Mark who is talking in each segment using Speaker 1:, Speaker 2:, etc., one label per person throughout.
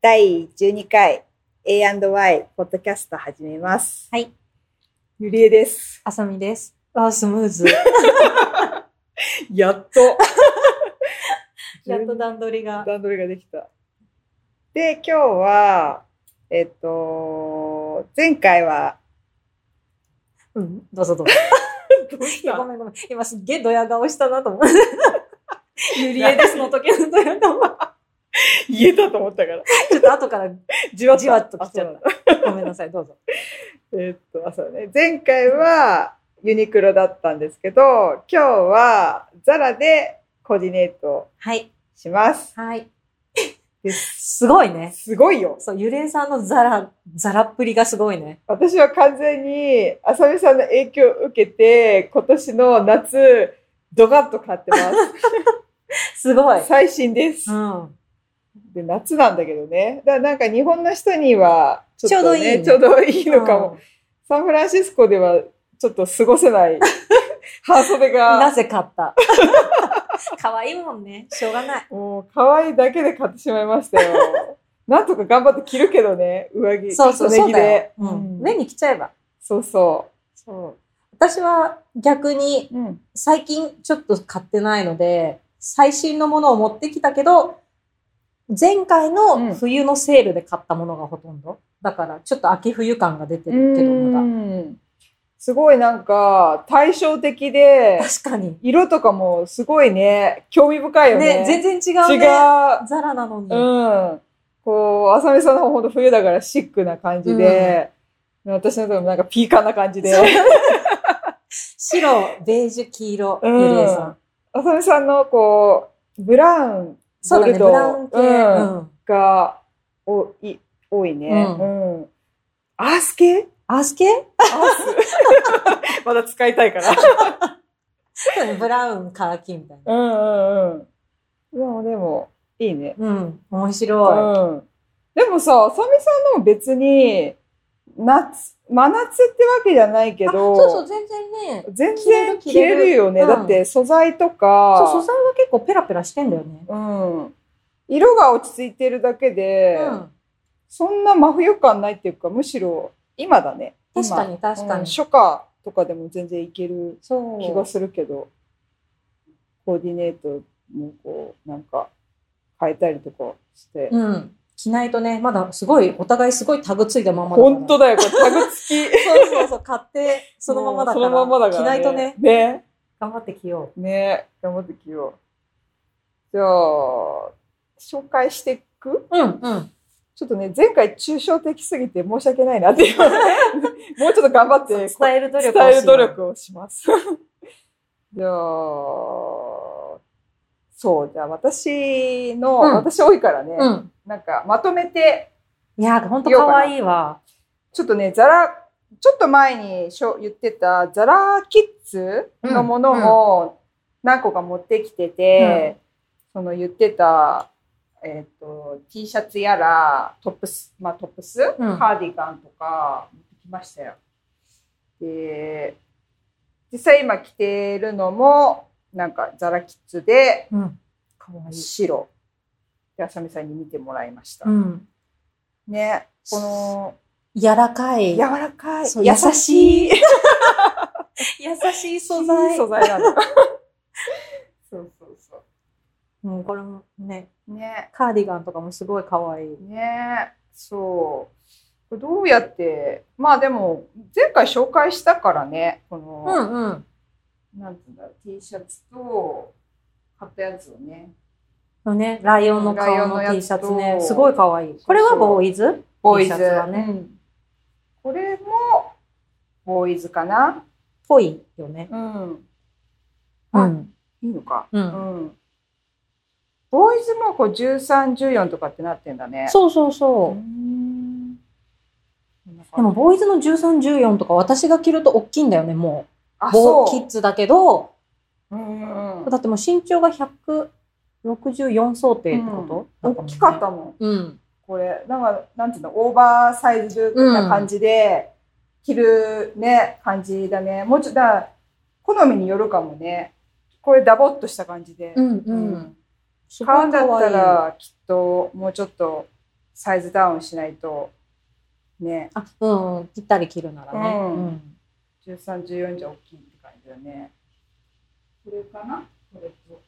Speaker 1: 第12回 A&Y ポッドキャスト始めます。
Speaker 2: はい。
Speaker 1: ゆりえです。
Speaker 2: あさみです。わあ、スムーズ。
Speaker 1: やっ と。
Speaker 2: やっと段取りが。
Speaker 1: 段取りができた。で、今日は、えっと、前回は、
Speaker 2: うん。どうぞどうぞ。
Speaker 1: どうし
Speaker 2: ごめんごめん。今すっげえドヤ顔したなと 思って。ゆりえですの時のドヤ 顔。
Speaker 1: 言えたと思ったから。
Speaker 2: ちょっと後から
Speaker 1: じわ。
Speaker 2: じわっと来ちゃったごめんなさい。どうぞ。
Speaker 1: えっと、あ、そうね。前回はユニクロだったんですけど、今日はザラでコーディネート
Speaker 2: はい。
Speaker 1: します。
Speaker 2: はい。
Speaker 1: です
Speaker 2: すごいね。
Speaker 1: すごいよ。
Speaker 2: そう、ゆりえさんのザラ、ザラっぷりがすごいね。
Speaker 1: 私は完全に、あさみさんの影響を受けて、今年の夏、ドガッと買って ます。
Speaker 2: すごい。
Speaker 1: 最新です
Speaker 2: う。ん。
Speaker 1: で夏なんだけどね。だからなんか日本の人にはちょっと、ね、
Speaker 2: ちょう
Speaker 1: ちょうどいいのかも。
Speaker 2: うん。
Speaker 1: サンフランシスコではちょっと過ごせない 半袖
Speaker 2: な
Speaker 1: が、
Speaker 2: ぜ買った。 可愛いもんね。しょうがない。
Speaker 1: もう可愛いだけで買ってしまいました よ。なんとか頑張って着るけどね、上着。
Speaker 2: そうそう、
Speaker 1: 重
Speaker 2: そう
Speaker 1: ね着
Speaker 2: だよ
Speaker 1: で。。
Speaker 2: うん。
Speaker 1: う
Speaker 2: 目
Speaker 1: ん
Speaker 2: に来ちゃえば。
Speaker 1: そうそ
Speaker 2: そう。私は逆に
Speaker 1: う。うん。
Speaker 2: 最近ちょっと買ってないので、最新のものを持ってきたけど、前回の冬のセールで買ったものがほとんど。だから、ちょっと秋冬感が出てるけど、ま
Speaker 1: うんすごいなんか対照的で
Speaker 2: だ。、確かに。
Speaker 1: 色とかもすごいね、興味深いよね。
Speaker 2: ね、全然違う
Speaker 1: 違う。
Speaker 2: ね。ザラなのに。
Speaker 1: うん。こう、浅見さんの方ほんと冬だからシックな感じで、私のとこもなんかピーカンな感じで、
Speaker 2: 白、ベージュ、黄色、
Speaker 1: う
Speaker 2: ゆ
Speaker 1: ん
Speaker 2: りえさん。
Speaker 1: 浅見さんのこう、ブラウン、
Speaker 2: そうだ
Speaker 1: ボル
Speaker 2: ね、ブ
Speaker 1: ドー
Speaker 2: ラウン系。
Speaker 1: うん
Speaker 2: うん
Speaker 1: が多い、多いね。う。
Speaker 2: うん
Speaker 1: アース系
Speaker 2: アース系
Speaker 1: アースまだ使いたい から。
Speaker 2: そうだねブラウン、カーキみたいな。
Speaker 1: うんうんうん。でも、でも、いいね。
Speaker 2: うん、面
Speaker 1: う
Speaker 2: 白
Speaker 1: ん。
Speaker 2: い。
Speaker 1: でもさ、浅見さんのも別に、夏、真夏ってわけじゃないけ
Speaker 2: あ
Speaker 1: ど、
Speaker 2: そうそう、全然ね。
Speaker 1: 全然着
Speaker 2: 着れ
Speaker 1: れ
Speaker 2: る
Speaker 1: るよね。
Speaker 2: うん
Speaker 1: だって素材と
Speaker 2: そう、
Speaker 1: か、
Speaker 2: 素材は結構ペラペラしてんだよね。
Speaker 1: うん。色が落ち着いてるだけで、
Speaker 2: うん。
Speaker 1: そんな真冬感ないっていうか、むしろ今だね。今
Speaker 2: 確かに、確か
Speaker 1: うん
Speaker 2: に。
Speaker 1: 初夏とかでも全然いける
Speaker 2: そう。
Speaker 1: 気がするけど、コーディネートもこう、なんか変えたりとかして。
Speaker 2: うん。着ないとね、まだすごい、お互いすごいタグついたままだから。
Speaker 1: 本当だよ、これタグ付き。
Speaker 2: そうそうそう、買って、 そのままだから。
Speaker 1: そのままだから、
Speaker 2: 着ないとね、。
Speaker 1: ね。
Speaker 2: 頑張って着よ
Speaker 1: ね頑張ってきよう。じゃあ、紹介していく
Speaker 2: う。うん、うん。
Speaker 1: ちょっとね、前回抽象的すぎて申し訳ないな っていう。もうちょっと頑張ってこ
Speaker 2: 伝える努力をしよう
Speaker 1: 伝える努力をします。じゃあ、そう、じゃあ私の、
Speaker 2: うん
Speaker 1: 私多いからね、
Speaker 2: うん。
Speaker 1: なんかまとめて、
Speaker 2: いやー、ほんと可愛いわ。
Speaker 1: ちょっとね、ザラ、ちょっと前にしょ言ってたザラキッズのものを何個か持ってきてて、その言ってた、えっ、と、T シャツやら、トップス、まあトップス、
Speaker 2: うん
Speaker 1: カーディガンとか持ってきましたよ。で、実際今着てるのも、なんかザラキッズで
Speaker 2: うん。可愛い。
Speaker 1: 白。で、あさみさんに見てもらいました。
Speaker 2: うん。
Speaker 1: ね、この、
Speaker 2: 柔らかい。
Speaker 1: 柔らかい、
Speaker 2: そう優しい。優しい素材。
Speaker 1: 素材なの。 そうそうそ
Speaker 2: うん、これもね、
Speaker 1: う。ね。
Speaker 2: カーディガンとかもすごい可愛い。
Speaker 1: ね。そう。これどうやって、まあでも、前回紹介したからね、こ
Speaker 2: う
Speaker 1: の、
Speaker 2: ん、うん。
Speaker 1: なんていうんだろう、T シャツと、買ったやつをね。
Speaker 2: のね、ライオンの
Speaker 1: ライオ
Speaker 2: 顔
Speaker 1: ンの
Speaker 2: の
Speaker 1: やつと
Speaker 2: T シャツね、すごい可愛い。これはボーイズ
Speaker 1: ボーイ
Speaker 2: T
Speaker 1: ズ。
Speaker 2: シャツはね
Speaker 1: うんこれも、ボーイズかな。
Speaker 2: ぽいよね。
Speaker 1: うん。う
Speaker 2: うん。
Speaker 1: いいのか。
Speaker 2: う。
Speaker 1: うんん。ボーイズもこう13、14とかってなってんだね。
Speaker 2: そうそうそう
Speaker 1: うー。ん。
Speaker 2: でも、ボーイズの13、14とか私が着ると大きいんだよね、も
Speaker 1: あ、
Speaker 2: う。ボー
Speaker 1: そ
Speaker 2: キ
Speaker 1: う
Speaker 2: ッズだけど、
Speaker 1: うんうん
Speaker 2: だってもう身長が164想定ってこと、
Speaker 1: うん、大きかっ
Speaker 2: だ
Speaker 1: たもん、
Speaker 2: もんね。うん。
Speaker 1: これ。なんか、なんていうの、オーバーサイズな感じで、着るね、感じだね。もうちょっと、だから好みによるかもね。これダボっとした感じで。
Speaker 2: うん
Speaker 1: う
Speaker 2: うん。
Speaker 1: ん買うんだったら、きっと、もうちょっと、サイズダウンしないと、ね、
Speaker 2: あ、うんうん、切ったり切るならね。
Speaker 1: うん
Speaker 2: うん
Speaker 1: 13、14じゃ大きいって感じだね。これかなこれと。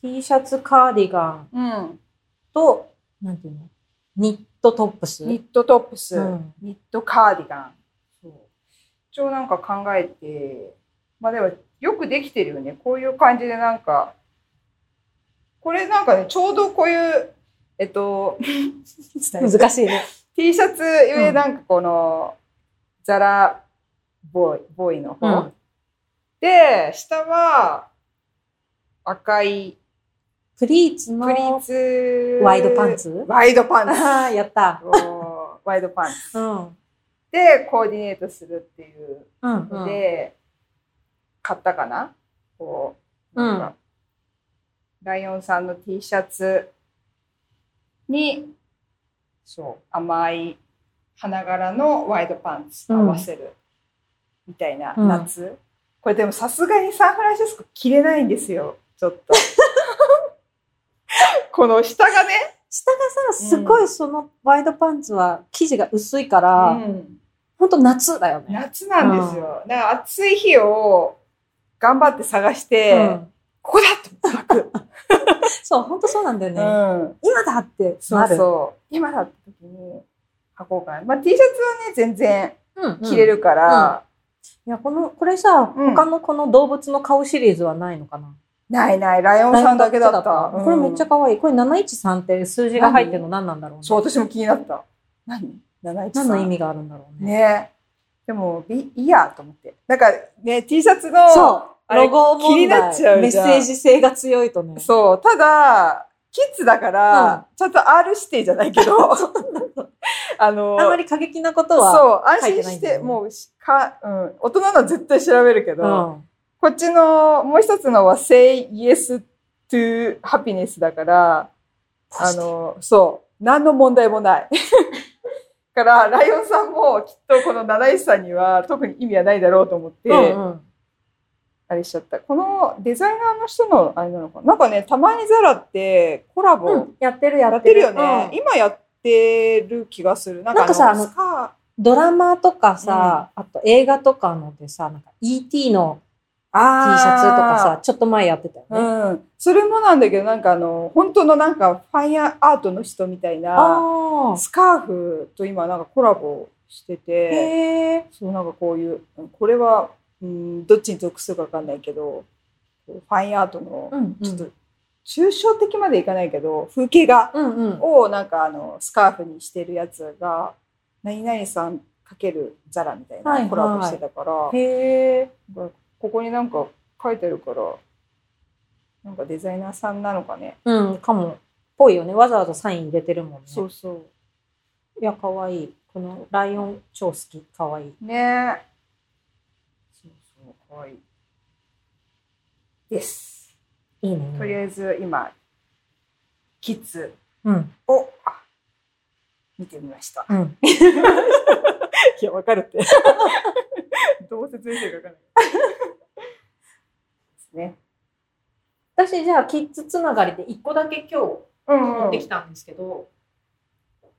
Speaker 2: T シャツ、カーディガン
Speaker 1: うん。
Speaker 2: と、なんていうのニットトップス。
Speaker 1: ニットトップス、
Speaker 2: うん
Speaker 1: ニットカーディガン。そう。一応なんか考えて、まあでもよくできてるよね。こういう感じでなんか、これなんかね、ちょうどこういう、えっと、
Speaker 2: 難しいね。
Speaker 1: T シャツゆえなんかこの、ザラボーイボーイの方、
Speaker 2: うん
Speaker 1: で下は赤い
Speaker 2: プリーツの
Speaker 1: プリーツ
Speaker 2: ワイドパ ンツ
Speaker 1: ワイドパンツ
Speaker 2: ああ、やった。
Speaker 1: おーワイドパンツ
Speaker 2: うん。うん
Speaker 1: でコーディネートするっていう
Speaker 2: うん
Speaker 1: ので、買ったかなこうなんか、ライオンさんの T シャツにそう甘い花柄のワイドパンツ合わせる、みたいな
Speaker 2: うん
Speaker 1: 夏、これでもさすがにサンフランシスコ着れないんですよちょっと この下がね、
Speaker 2: 下がさ、すごいそのワイドパンツは生地が薄いから、
Speaker 1: うん
Speaker 2: ほんと夏だよね。
Speaker 1: 夏なんですよ、だから暑い日を頑張って探して、
Speaker 2: うん
Speaker 1: ここだと思って
Speaker 2: そう、ほんとそうなんだよね。
Speaker 1: うん
Speaker 2: 今だって
Speaker 1: そ
Speaker 2: な
Speaker 1: う
Speaker 2: る。
Speaker 1: そう。今だった時に履こうかな。まあ、T シャツはね、全然
Speaker 2: うん
Speaker 1: 着れ。
Speaker 2: うん
Speaker 1: るから、
Speaker 2: いや、この、これさ、
Speaker 1: うん
Speaker 2: 他のこの動物の顔シリーズはないのかな
Speaker 1: ないない、ライオンさんだけだった。
Speaker 2: これめっちゃ
Speaker 1: うん
Speaker 2: 可愛い。これ713って数字が入ってるの何なんだろうね。
Speaker 1: そう、私も気になった。何713
Speaker 2: 何の意味があるんだろうね。
Speaker 1: ねでも、いいやと思って。なんかね、T シャツの、
Speaker 2: そう、
Speaker 1: あれ
Speaker 2: ロゴ問題
Speaker 1: 気になっちゃう
Speaker 2: メッ
Speaker 1: じ
Speaker 2: セ
Speaker 1: ゃん
Speaker 2: ージ性が強いとね。
Speaker 1: そうただ、キッズだから、ちゃんと R 指定じゃないけど、 あの、
Speaker 2: あんまり過激なことは。
Speaker 1: そう、安心
Speaker 2: 書い
Speaker 1: して
Speaker 2: ないんだ
Speaker 1: て、
Speaker 2: よね
Speaker 1: もうしか、うん、大人のは絶対調べるけど、
Speaker 2: うん。
Speaker 1: こっちのもう一つのは Say Yes to Happiness だから、あの、そう、何の問題もない。 から、ライオンさんもきっとこの七一さんには特に意味はないだろうと思って、
Speaker 2: うんうん
Speaker 1: あれしちゃった。このデザイナーの人のあれなのかななんかね、たまにザラってコラ
Speaker 2: う
Speaker 1: ボ
Speaker 2: んやってるや
Speaker 1: やっ
Speaker 2: ってて
Speaker 1: る
Speaker 2: る
Speaker 1: よね。
Speaker 2: うん
Speaker 1: 今やってる気がする。なんか
Speaker 2: なんかさあの
Speaker 1: スカ
Speaker 2: ドラマとかさ、あと映画とかのでさ、なんか ET の T シ
Speaker 1: あー
Speaker 2: ャツとかさ、ちょっと前やってたよね。
Speaker 1: うん。それもなんだけど、なんかあの、本当のなんかファイアアートの人みたいな、
Speaker 2: あ
Speaker 1: スカーフと今なんかコラボして
Speaker 2: あ。
Speaker 1: て、
Speaker 2: へえ。
Speaker 1: そうなんかこういう、これは、うん、どっちに属するかわかんないけど、ファインアートの
Speaker 2: う、ん。
Speaker 1: ちょっと、抽象的までいかないけど、風景画
Speaker 2: うんうん。
Speaker 1: をなんかあの、スカーフにしてるやつが、何々さんかけるザラみたい
Speaker 2: はいは
Speaker 1: ないコラボしてたから、
Speaker 2: へえ。
Speaker 1: ここになんか書いてあるから、なんかデザイナーさんなのかね。
Speaker 2: うん、かも。ぽいよね。わざわざサイン入れてるもんね。
Speaker 1: そうそう。
Speaker 2: いや、かわいい。このライオン超好き。かわいい。
Speaker 1: ねそうそう、かわいい。です。
Speaker 2: いい
Speaker 1: とり
Speaker 2: ね。
Speaker 1: あえず今、キッズ
Speaker 2: うん。
Speaker 1: を、あ見てみました。
Speaker 2: うん。
Speaker 1: いや、わかるって。 どう説明してるかわかんない。ですね。
Speaker 2: 私、じゃあ、キッズつながりで一個だけ今日
Speaker 1: うん、
Speaker 2: 持
Speaker 1: う
Speaker 2: っ
Speaker 1: ん。
Speaker 2: てき
Speaker 1: 言った
Speaker 2: んですけど、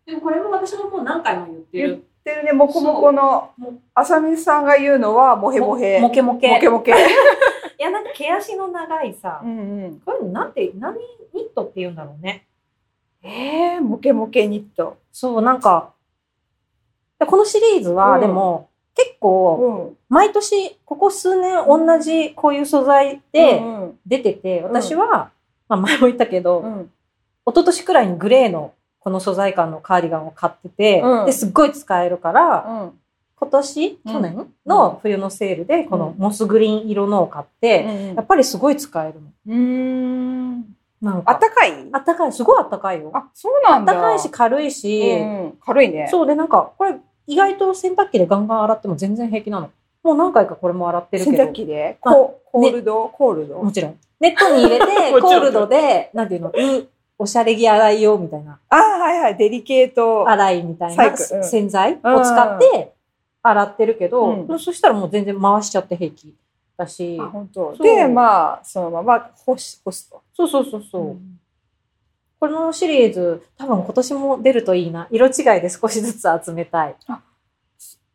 Speaker 2: でもこれも私ももう何回も言ってる。
Speaker 1: てるね、もこもこの
Speaker 2: そうも、
Speaker 1: あさみさんが言うのは、モヘモヘ。
Speaker 2: もけもけ。
Speaker 1: モケモケ。
Speaker 2: いや、なんか毛足の長いさ、
Speaker 1: うんうん。
Speaker 2: こういうのなんて、何ニットって言うんだろうね。
Speaker 1: えー、モケモケニット。
Speaker 2: そう、なんか、でこのシリーズ
Speaker 1: う
Speaker 2: は、
Speaker 1: ん
Speaker 2: でも、結構、
Speaker 1: ん。
Speaker 2: 毎年、ここ数年同じこういう素材で
Speaker 1: うん
Speaker 2: 出てて、
Speaker 1: ん
Speaker 2: 私は、まあ前も言ったけど、
Speaker 1: うん。
Speaker 2: 一昨年くらいにグレーのこの素材感のカーディガンを買ってて、
Speaker 1: うん
Speaker 2: ですっごい使えるから、
Speaker 1: うん。
Speaker 2: 今年、
Speaker 1: うん
Speaker 2: 去年の冬のセールで、このモスグリーン色のを買って、やっぱりすごい使えるの。
Speaker 1: うん。うん。
Speaker 2: なんか
Speaker 1: あったかい
Speaker 2: あったかい、すごいあったかいよ。
Speaker 1: あ、そうなんだ。
Speaker 2: 暖かいし軽いし、
Speaker 1: うん、軽いね。
Speaker 2: そうでなんかこれ意外と洗濯機でガンガン洗っても全然平気なのもう何回かこれも洗ってるけ
Speaker 1: 洗
Speaker 2: ど
Speaker 1: 濯機で
Speaker 2: あ
Speaker 1: ココールド、コールド
Speaker 2: もちろんネットに入れ
Speaker 1: も
Speaker 2: て
Speaker 1: ちろん
Speaker 2: コールドでなんていうのうおしゃれ着洗いようみたいな
Speaker 1: あはいはい、デリケート。
Speaker 2: 洗いみたい
Speaker 1: サイ
Speaker 2: な
Speaker 1: クうん
Speaker 2: 洗剤を使って洗ってるけど、
Speaker 1: うん
Speaker 2: もうそしたらもう全然回しちゃって平気だし
Speaker 1: あ本当
Speaker 2: そう
Speaker 1: で、まあ、そのまま干し干すと。
Speaker 2: そうそうそうそう、このシリーズ、多分今年も出るといいな。色違いで少しずつ集めたい。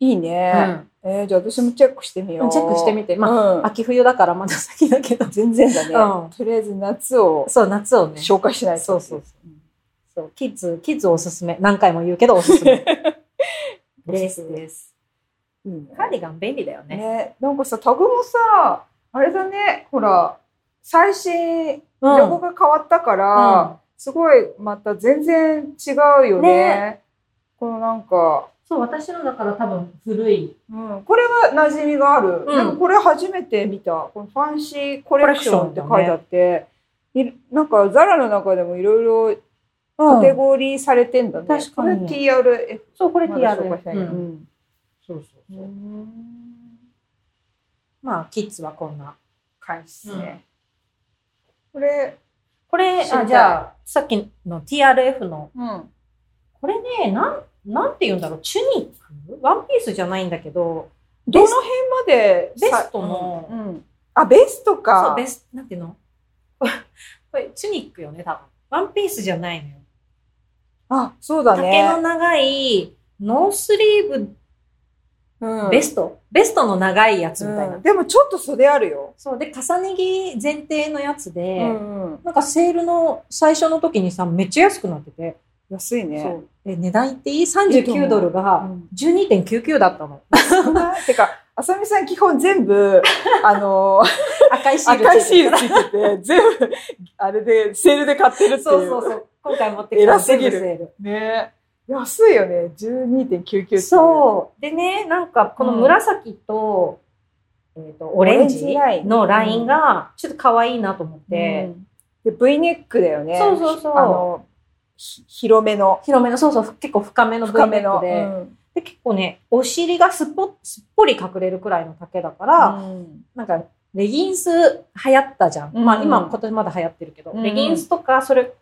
Speaker 1: いいね。えーじゃあ私もチェックしてみよう。
Speaker 2: チェックしてみて。まあ、
Speaker 1: うん
Speaker 2: 秋冬だからまだ先だけど。
Speaker 1: 全然だね、
Speaker 2: うん
Speaker 1: とりあえず夏を
Speaker 2: そう、夏をね。
Speaker 1: 消化しないと。
Speaker 2: そうそうそう。キッズ、キッズおすすめ。何回も言うけど おすすめ。ですです。
Speaker 1: うん。いいね
Speaker 2: カーディガン便利だよね。
Speaker 1: ね、なんかさ、タグもさ、あれだね、ほら、最新、
Speaker 2: うん
Speaker 1: ロゴが変わったから、
Speaker 2: うん
Speaker 1: すごい、また全然違うよね。このなんか、
Speaker 2: そう、私のだから多分古い。
Speaker 1: うん、これは馴染みがある。
Speaker 2: うん
Speaker 1: でもこれ初めて見た。このファンシーコレクションって書いてあって、いなんかザラの中でもいろいろカテゴリーされてんだね。
Speaker 2: 確かに
Speaker 1: これ TRF。
Speaker 2: そう、これ
Speaker 1: まだ紹
Speaker 2: TR
Speaker 1: 介し。ないけどうん
Speaker 2: そうそう
Speaker 1: う
Speaker 2: そう。
Speaker 1: ん。
Speaker 2: まあ、キッズはこんな。
Speaker 1: 感じです
Speaker 2: うん
Speaker 1: ね。これ、
Speaker 2: これ、
Speaker 1: 知りた
Speaker 2: あ
Speaker 1: い
Speaker 2: じゃあ、さっきの TRF の、
Speaker 1: うん。
Speaker 2: これね、なん、なんて言うんだろう、チュニックワンピースじゃないんだけど、
Speaker 1: どの
Speaker 2: ベ
Speaker 1: 辺
Speaker 2: ス
Speaker 1: まで
Speaker 2: ベ
Speaker 1: さ
Speaker 2: ストの
Speaker 1: うんうんあベスト
Speaker 2: ト、そ
Speaker 1: か
Speaker 2: う、ベスト、なんていうの これ、チュニックよね、多分。ワンピースじゃないのよ。
Speaker 1: あそうだ
Speaker 2: 丈の
Speaker 1: ね、
Speaker 2: 長い、ノースリーブ、
Speaker 1: うん、
Speaker 2: ベスト、ベストの長いやつみたいな。
Speaker 1: うんでもちょっと袖あるよ、
Speaker 2: そう、で、重ね着前提のやつで、
Speaker 1: うんうん
Speaker 2: なんかセールの最初の時にさ、めっちゃ安くなってて、
Speaker 1: 安いね
Speaker 2: そうえ値段言っていい
Speaker 1: いいと思
Speaker 2: ?39
Speaker 1: う
Speaker 2: ドル
Speaker 1: う
Speaker 2: が
Speaker 1: ん
Speaker 2: 12.99だったの。
Speaker 1: そんなてかあさみさん基本全部あの
Speaker 2: 赤いシール。
Speaker 1: 赤いシールついてて全部あれでセールで買ってるっていう
Speaker 2: そうそうそう。今回持ってきたの
Speaker 1: 偉すぎる
Speaker 2: 全部セー
Speaker 1: ね安いよね12.99って
Speaker 2: ル。そう。でね、なんかこの紫と、えっ、と、オレン
Speaker 1: オレン
Speaker 2: ジ
Speaker 1: ジライン
Speaker 2: のラインが、ちょっと可愛いなと思っ
Speaker 1: うで,、
Speaker 2: て、
Speaker 1: で V ネックだよね
Speaker 2: そうそうそう
Speaker 1: あのひ広めの
Speaker 2: 広めの、そうそう、結構深めのブ
Speaker 1: 深
Speaker 2: ル
Speaker 1: め
Speaker 2: ッ
Speaker 1: の
Speaker 2: クで、で、結構ね、お尻がすっぽ、すっぽり隠れるくらいの丈だから、
Speaker 1: うん
Speaker 2: なんか、レギンス流行ったじゃん。
Speaker 1: うん
Speaker 2: まあ今、今年まだ流行ってるけど、
Speaker 1: うん
Speaker 2: レギンスとか、それ、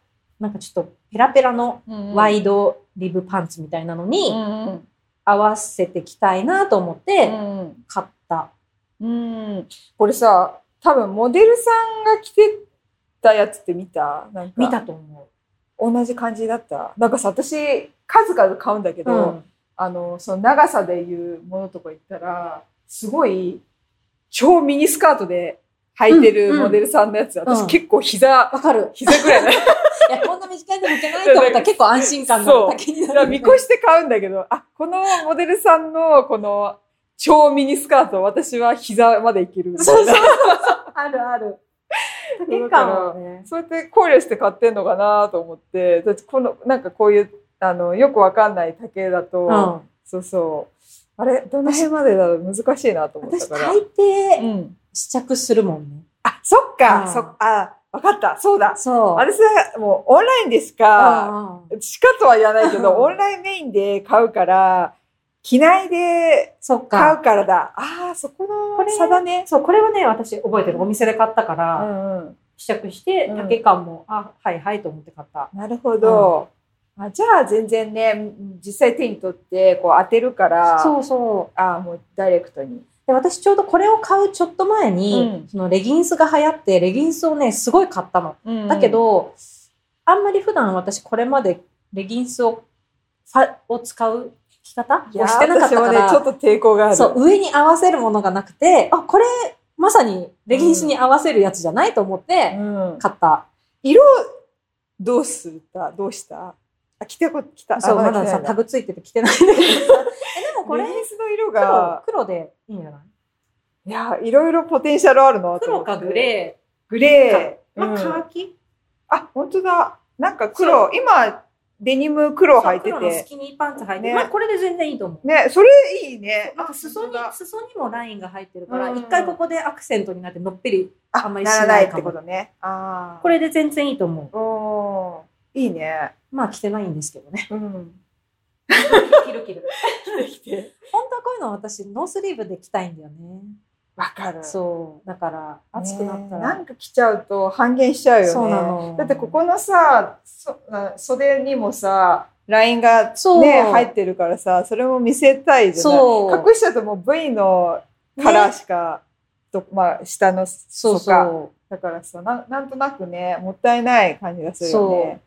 Speaker 2: なんかちょっとペラペラのワイドリブパンツみたいなの
Speaker 1: う
Speaker 2: に
Speaker 1: んうん
Speaker 2: 合わせてきたいなと思って買った。
Speaker 1: うん、これさ多分モデルさんが着てたやつって見たなんか
Speaker 2: 見たと思
Speaker 1: 同じ感じだったなんかさ私数々買うんだけ
Speaker 2: う。
Speaker 1: ど、あのその長さでいうものとか行ったらすごい超ミニスカートで履いてる
Speaker 2: うんうん
Speaker 1: モデルさんのやつ、
Speaker 2: うん
Speaker 1: 私結構膝、
Speaker 2: わ かる。
Speaker 1: 膝ぐらいの
Speaker 2: いや、こんな短いのいけないと思ったら結構安心感
Speaker 1: そ
Speaker 2: の
Speaker 1: う
Speaker 2: 竹に
Speaker 1: だ
Speaker 2: な
Speaker 1: から
Speaker 2: る。
Speaker 1: 見越して買うんだけどあこのモデルさんのこの超ミニスカート私は膝までいけるみたいな
Speaker 2: そうそうそう。あるある。竹感をね。
Speaker 1: そうやって考慮して買ってんのかなと思って、だってこの、なんかこういう、あの、よくわかんない丈だと、
Speaker 2: うん。
Speaker 1: そうそう。あれどの辺までだろう難しいなと思った
Speaker 2: 私、
Speaker 1: から。
Speaker 2: 大
Speaker 1: う
Speaker 2: 抵
Speaker 1: ん。
Speaker 2: 試着するもんね。
Speaker 1: あ、そっか、
Speaker 2: うん
Speaker 1: そっあ、わかった、そうだ。
Speaker 2: そう。
Speaker 1: あれさ、もうオンラインですか、
Speaker 2: ああ
Speaker 1: しかとは言わないけ ど、
Speaker 2: うん
Speaker 1: オンラインメインで買うから、機内で
Speaker 2: そっ
Speaker 1: 買
Speaker 2: か。
Speaker 1: うからだ。ああ、そこ
Speaker 2: こ
Speaker 1: の
Speaker 2: れ
Speaker 1: 差だね。
Speaker 2: そう、これはね、私覚えてる。お店で買ったか
Speaker 1: う
Speaker 2: ら、
Speaker 1: んうん。
Speaker 2: 試着して
Speaker 1: う、ん
Speaker 2: 丈感も、あ、はいはいと思って買った。
Speaker 1: なるほど。あじゃあ全然ね、実際手に取ってこう当てるから、
Speaker 2: そうそう。
Speaker 1: あもうダイレクトに。
Speaker 2: で、私ちょうどこれを買うちょっと前に、
Speaker 1: うん
Speaker 2: そのレギンスが流行って、レギンスをね、すごい買ったの。だけ、ど、あんまり普段私これまでレギンスを、ファを使う着方
Speaker 1: いや
Speaker 2: をしてなかったか
Speaker 1: 私もね、ちょっと
Speaker 2: ら、
Speaker 1: 抵抗がある。
Speaker 2: そう、上に合わせるものがなくて、あ、これ、まさにレギンスに合わせるやつじゃないと思って、
Speaker 1: うん
Speaker 2: 買った。
Speaker 1: どうしたどうしたあ、来たこと、来た。
Speaker 2: そう、
Speaker 1: あ
Speaker 2: まださ、
Speaker 1: 来てな
Speaker 2: タ
Speaker 1: いな
Speaker 2: グついてて着てないんだけどさ。え、でもこれ、
Speaker 1: レギンスの色
Speaker 2: 黒
Speaker 1: が、、
Speaker 2: 黒でいいんじゃない
Speaker 1: いや、いろいろポテンシャルあるなと思
Speaker 2: 黒
Speaker 1: って
Speaker 2: かグレ
Speaker 1: グレー。
Speaker 2: ー。まあ、
Speaker 1: うん
Speaker 2: 乾き。
Speaker 1: あ、本当だ。なんか黒、今、デニム黒履いて
Speaker 2: そう黒のス
Speaker 1: て。
Speaker 2: キニーパンツ履いて
Speaker 1: ね
Speaker 2: て。まあ、これで全然いいと思う。
Speaker 1: ね、それいいね。
Speaker 2: なんか裾
Speaker 1: 本
Speaker 2: に
Speaker 1: 当だ、
Speaker 2: 裾にもラインが入ってるから、
Speaker 1: うん
Speaker 2: 一回ここでアクセントになってのっぺり、
Speaker 1: あ、
Speaker 2: あんまりし
Speaker 1: な
Speaker 2: ない
Speaker 1: ら
Speaker 2: か
Speaker 1: ないって
Speaker 2: も
Speaker 1: ことね。ああ。
Speaker 2: これで全然いいと思
Speaker 1: おーいいね。
Speaker 2: う。まあ、着てないんですけどね。
Speaker 1: うん。
Speaker 2: 着る着る。
Speaker 1: できて。
Speaker 2: 本当はこういうの私、ノースリーブで着たいんだよね。
Speaker 1: わかる。
Speaker 2: そう。だから、暑くなった
Speaker 1: ねえな
Speaker 2: ら
Speaker 1: ん。か来ちゃうと半減しちゃうよね。
Speaker 2: そうなの
Speaker 1: だってここのさ、そあ袖にもさ、ラインが
Speaker 2: そう
Speaker 1: ね、入ってるからさ、それも見せたいじゃない
Speaker 2: そう
Speaker 1: 隠しちゃうともう V のカラーしか、とまあ下の
Speaker 2: そ
Speaker 1: 裾
Speaker 2: うそ
Speaker 1: か。
Speaker 2: う。
Speaker 1: だからさな、なんとなくね、もったいない感じがするよ
Speaker 2: そ
Speaker 1: ね。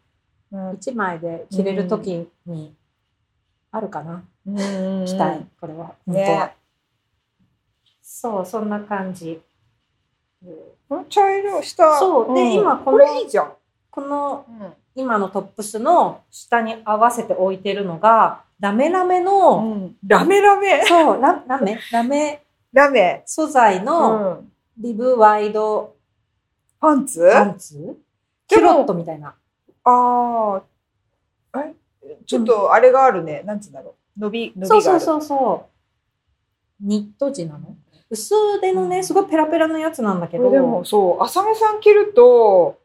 Speaker 1: うん
Speaker 2: 1枚で着れる時にあるかな、着たい、これは。本当は
Speaker 1: ね
Speaker 2: そう、そんな感じ。
Speaker 1: この茶色下
Speaker 2: そうで
Speaker 1: ん
Speaker 2: 今こ
Speaker 1: こ
Speaker 2: の
Speaker 1: れいいじゃん、
Speaker 2: この今のトップスの下に合わせて置いてるのが、ラメラメの、
Speaker 1: ラメラメ
Speaker 2: そう、ララメラメ
Speaker 1: ラメ、
Speaker 2: 素材の
Speaker 1: うん
Speaker 2: リブワイド
Speaker 1: パンツ
Speaker 2: パンツキュロットみたいな。
Speaker 1: ああ。えちょっとあれがあるね。なんつうんだろう。伸び、伸びがあ
Speaker 2: そ
Speaker 1: る。
Speaker 2: うそうそうそう。ニット地なの薄手のね、すごいペラペラのやつなんだけ
Speaker 1: これ
Speaker 2: ど。
Speaker 1: でも、そう、浅見さん着ると、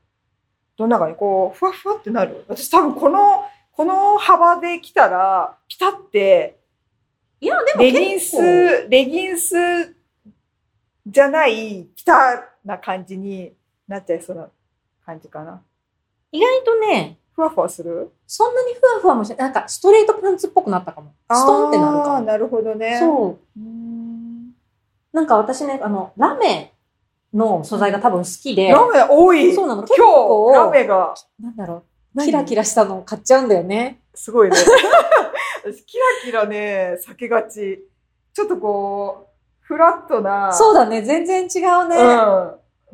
Speaker 1: どんなかにこう、ふわふわってなる。私多分この、この幅で着たら、ピタって、
Speaker 2: いや、でも
Speaker 1: レギン
Speaker 2: 結構
Speaker 1: ス、レギンスじゃない、ピタな感じになっちゃいそうな感じかな。
Speaker 2: 意外とね、
Speaker 1: ふわふわする
Speaker 2: そんなにふわふわもしない。なんかストレートパンツっぽくなったかも。ストンってなる
Speaker 1: あ
Speaker 2: か
Speaker 1: ー
Speaker 2: も。
Speaker 1: なるほどね。
Speaker 2: そう。
Speaker 1: うーん。
Speaker 2: なんか私ね、あの、ラメの素材が多分好きで、
Speaker 1: ラメ多い。
Speaker 2: そうなの。結
Speaker 1: 今
Speaker 2: 構
Speaker 1: 日、、ラメが。
Speaker 2: なんだろう、
Speaker 1: 何
Speaker 2: キラキラしたのを買っちゃうんだよね。
Speaker 1: すごいね。 私、キラキラね、避けがち。ちょっとこう、フラットな、
Speaker 2: そうだね、全然違うね。
Speaker 1: う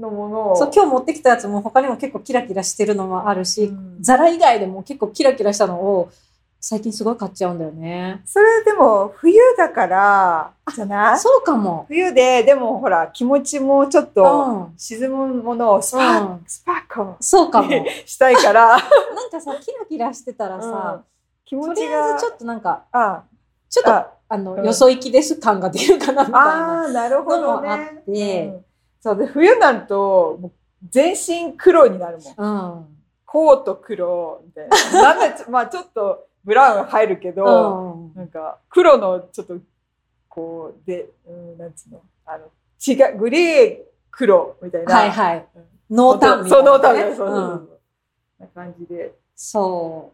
Speaker 1: ん、のものを。
Speaker 2: そう、今日持ってきたやつも他にも結構キラキラしてるのもあるし、
Speaker 1: うん
Speaker 2: ザラ以外でも結構キラキラしたのを最近すごい買っちゃうんだよね。
Speaker 1: それでも、冬だから、じゃない
Speaker 2: そうかも。
Speaker 1: 冬で、でもほら、気持ちもちょっ
Speaker 2: う
Speaker 1: と、
Speaker 2: ん。
Speaker 1: 沈むものをスパッ、
Speaker 2: うん
Speaker 1: スパッコ
Speaker 2: そう かも。なん
Speaker 1: したいから、
Speaker 2: かさ、キラキラしてたらさ、
Speaker 1: 気持
Speaker 2: とり
Speaker 1: ち
Speaker 2: あ
Speaker 1: が、
Speaker 2: えずちょっとなんか、
Speaker 1: あ
Speaker 2: ちょっとあ
Speaker 1: あ
Speaker 2: の、
Speaker 1: うん
Speaker 2: よそ行きです感が出るかなみたいな。
Speaker 1: あー、なるほどね。
Speaker 2: のもあって
Speaker 1: うんそうで、冬になると、もう全身黒になるもん。
Speaker 2: うん。
Speaker 1: コート黒みたいな。なんでちょ、ま あちょっとブラウン入るけど、
Speaker 2: うん
Speaker 1: なんか黒のちょっと、こう、で、うん、なんつうの、あの、違う、グレー黒みたいな。
Speaker 2: はいはい
Speaker 1: うん。
Speaker 2: 濃淡みたいな、
Speaker 1: そう、
Speaker 2: ね。
Speaker 1: 濃淡みたいな。そうそう
Speaker 2: う
Speaker 1: そ
Speaker 2: ん
Speaker 1: う。な感じで。
Speaker 2: そ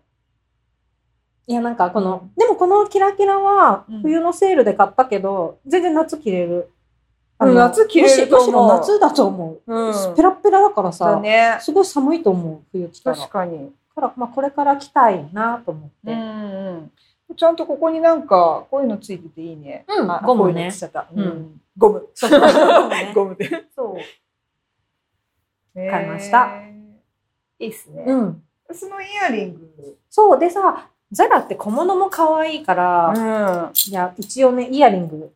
Speaker 2: う。いや、なんかこの、でもこのキラキラは
Speaker 1: うん
Speaker 2: 冬のセールで買ったけど、全然夏着れる。
Speaker 1: うん
Speaker 2: あの
Speaker 1: 夏着れると思う
Speaker 2: むしむしろ夏だと思う。
Speaker 1: う
Speaker 2: ペラッペラだからさ、
Speaker 1: だね。
Speaker 2: すごい寒いと思う、冬着たら。
Speaker 1: 確かに。
Speaker 2: から、まあ、これから着たいなと思って。
Speaker 1: んうん。ちゃんとここになんか、こういうのついてていいね。
Speaker 2: うん
Speaker 1: あ
Speaker 2: ゴ
Speaker 1: こ
Speaker 2: ムね
Speaker 1: ういうのついちゃった。う。
Speaker 2: うん
Speaker 1: ゴム。
Speaker 2: そう そうそうね
Speaker 1: ゴム で。
Speaker 2: そう。
Speaker 1: 買
Speaker 2: いました。
Speaker 1: いいっすね。
Speaker 2: うん。
Speaker 1: そのイヤリング。
Speaker 2: そう。でさ、ザラって小物も可愛いから、
Speaker 1: ん。
Speaker 2: いや、一応ね、イヤリング。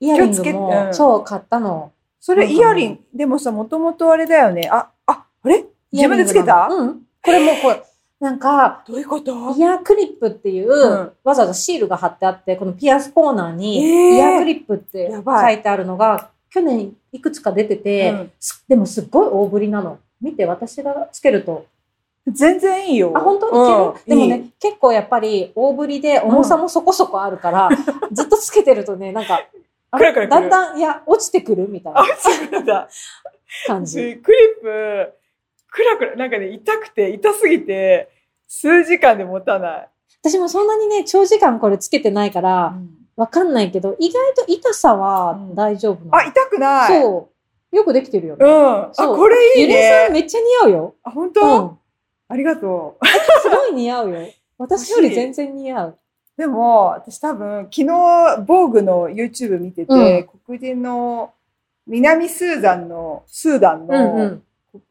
Speaker 2: イヤリング
Speaker 1: 気をつけ
Speaker 2: も、
Speaker 1: うん
Speaker 2: そう、買ったの。
Speaker 1: それイヤリング、でもさ、もともとあれだよね。あ、あ、あれ自分でつけた
Speaker 2: うん。これもこう、 なんか、
Speaker 1: どういうこと
Speaker 2: イヤークリップっていう、
Speaker 1: うん
Speaker 2: わざわざシールが貼ってあって、このピアスコーナーに、
Speaker 1: えー
Speaker 2: イヤークリップって
Speaker 1: やば
Speaker 2: 書
Speaker 1: い
Speaker 2: いてあるのが、去年いくつか出てて、
Speaker 1: うん
Speaker 2: すでもすっごい大ぶりなの。見て、私がつけると。
Speaker 1: 全然いいよ。
Speaker 2: あ、本当にいける、
Speaker 1: うん
Speaker 2: でもね、結構やっぱり大ぶりで重さもそこそこあるから、ずっとつけてるとね、なんか、あ
Speaker 1: く
Speaker 2: れ
Speaker 1: るくるくる
Speaker 2: だんだん、いや、落ちてくるみたい
Speaker 1: あ、
Speaker 2: な
Speaker 1: そうだ。
Speaker 2: 感
Speaker 1: ク
Speaker 2: じ。
Speaker 1: リップ、くらくら、なんかね、痛くて、痛すぎて、数時間で持たない。
Speaker 2: 私もそんなにね、長時間これつけてないから、わかんないけど、意外と痛さは大丈夫なの。
Speaker 1: あ、痛くない。う。
Speaker 2: そう。よくできてるよ
Speaker 1: ん。
Speaker 2: ね。
Speaker 1: あ、
Speaker 2: そう
Speaker 1: これい
Speaker 2: ゆ
Speaker 1: い
Speaker 2: りえさん
Speaker 1: ね。
Speaker 2: めっちゃ似合うよ。
Speaker 1: あ、本
Speaker 2: う
Speaker 1: 当、
Speaker 2: ん。
Speaker 1: ありがとう。
Speaker 2: すごい似合うよ。私より全然似合う。
Speaker 1: でも、私多分、昨日、防具の YouTube 見てて、黒人の南スーダンの、スーダンの、
Speaker 2: うんうん。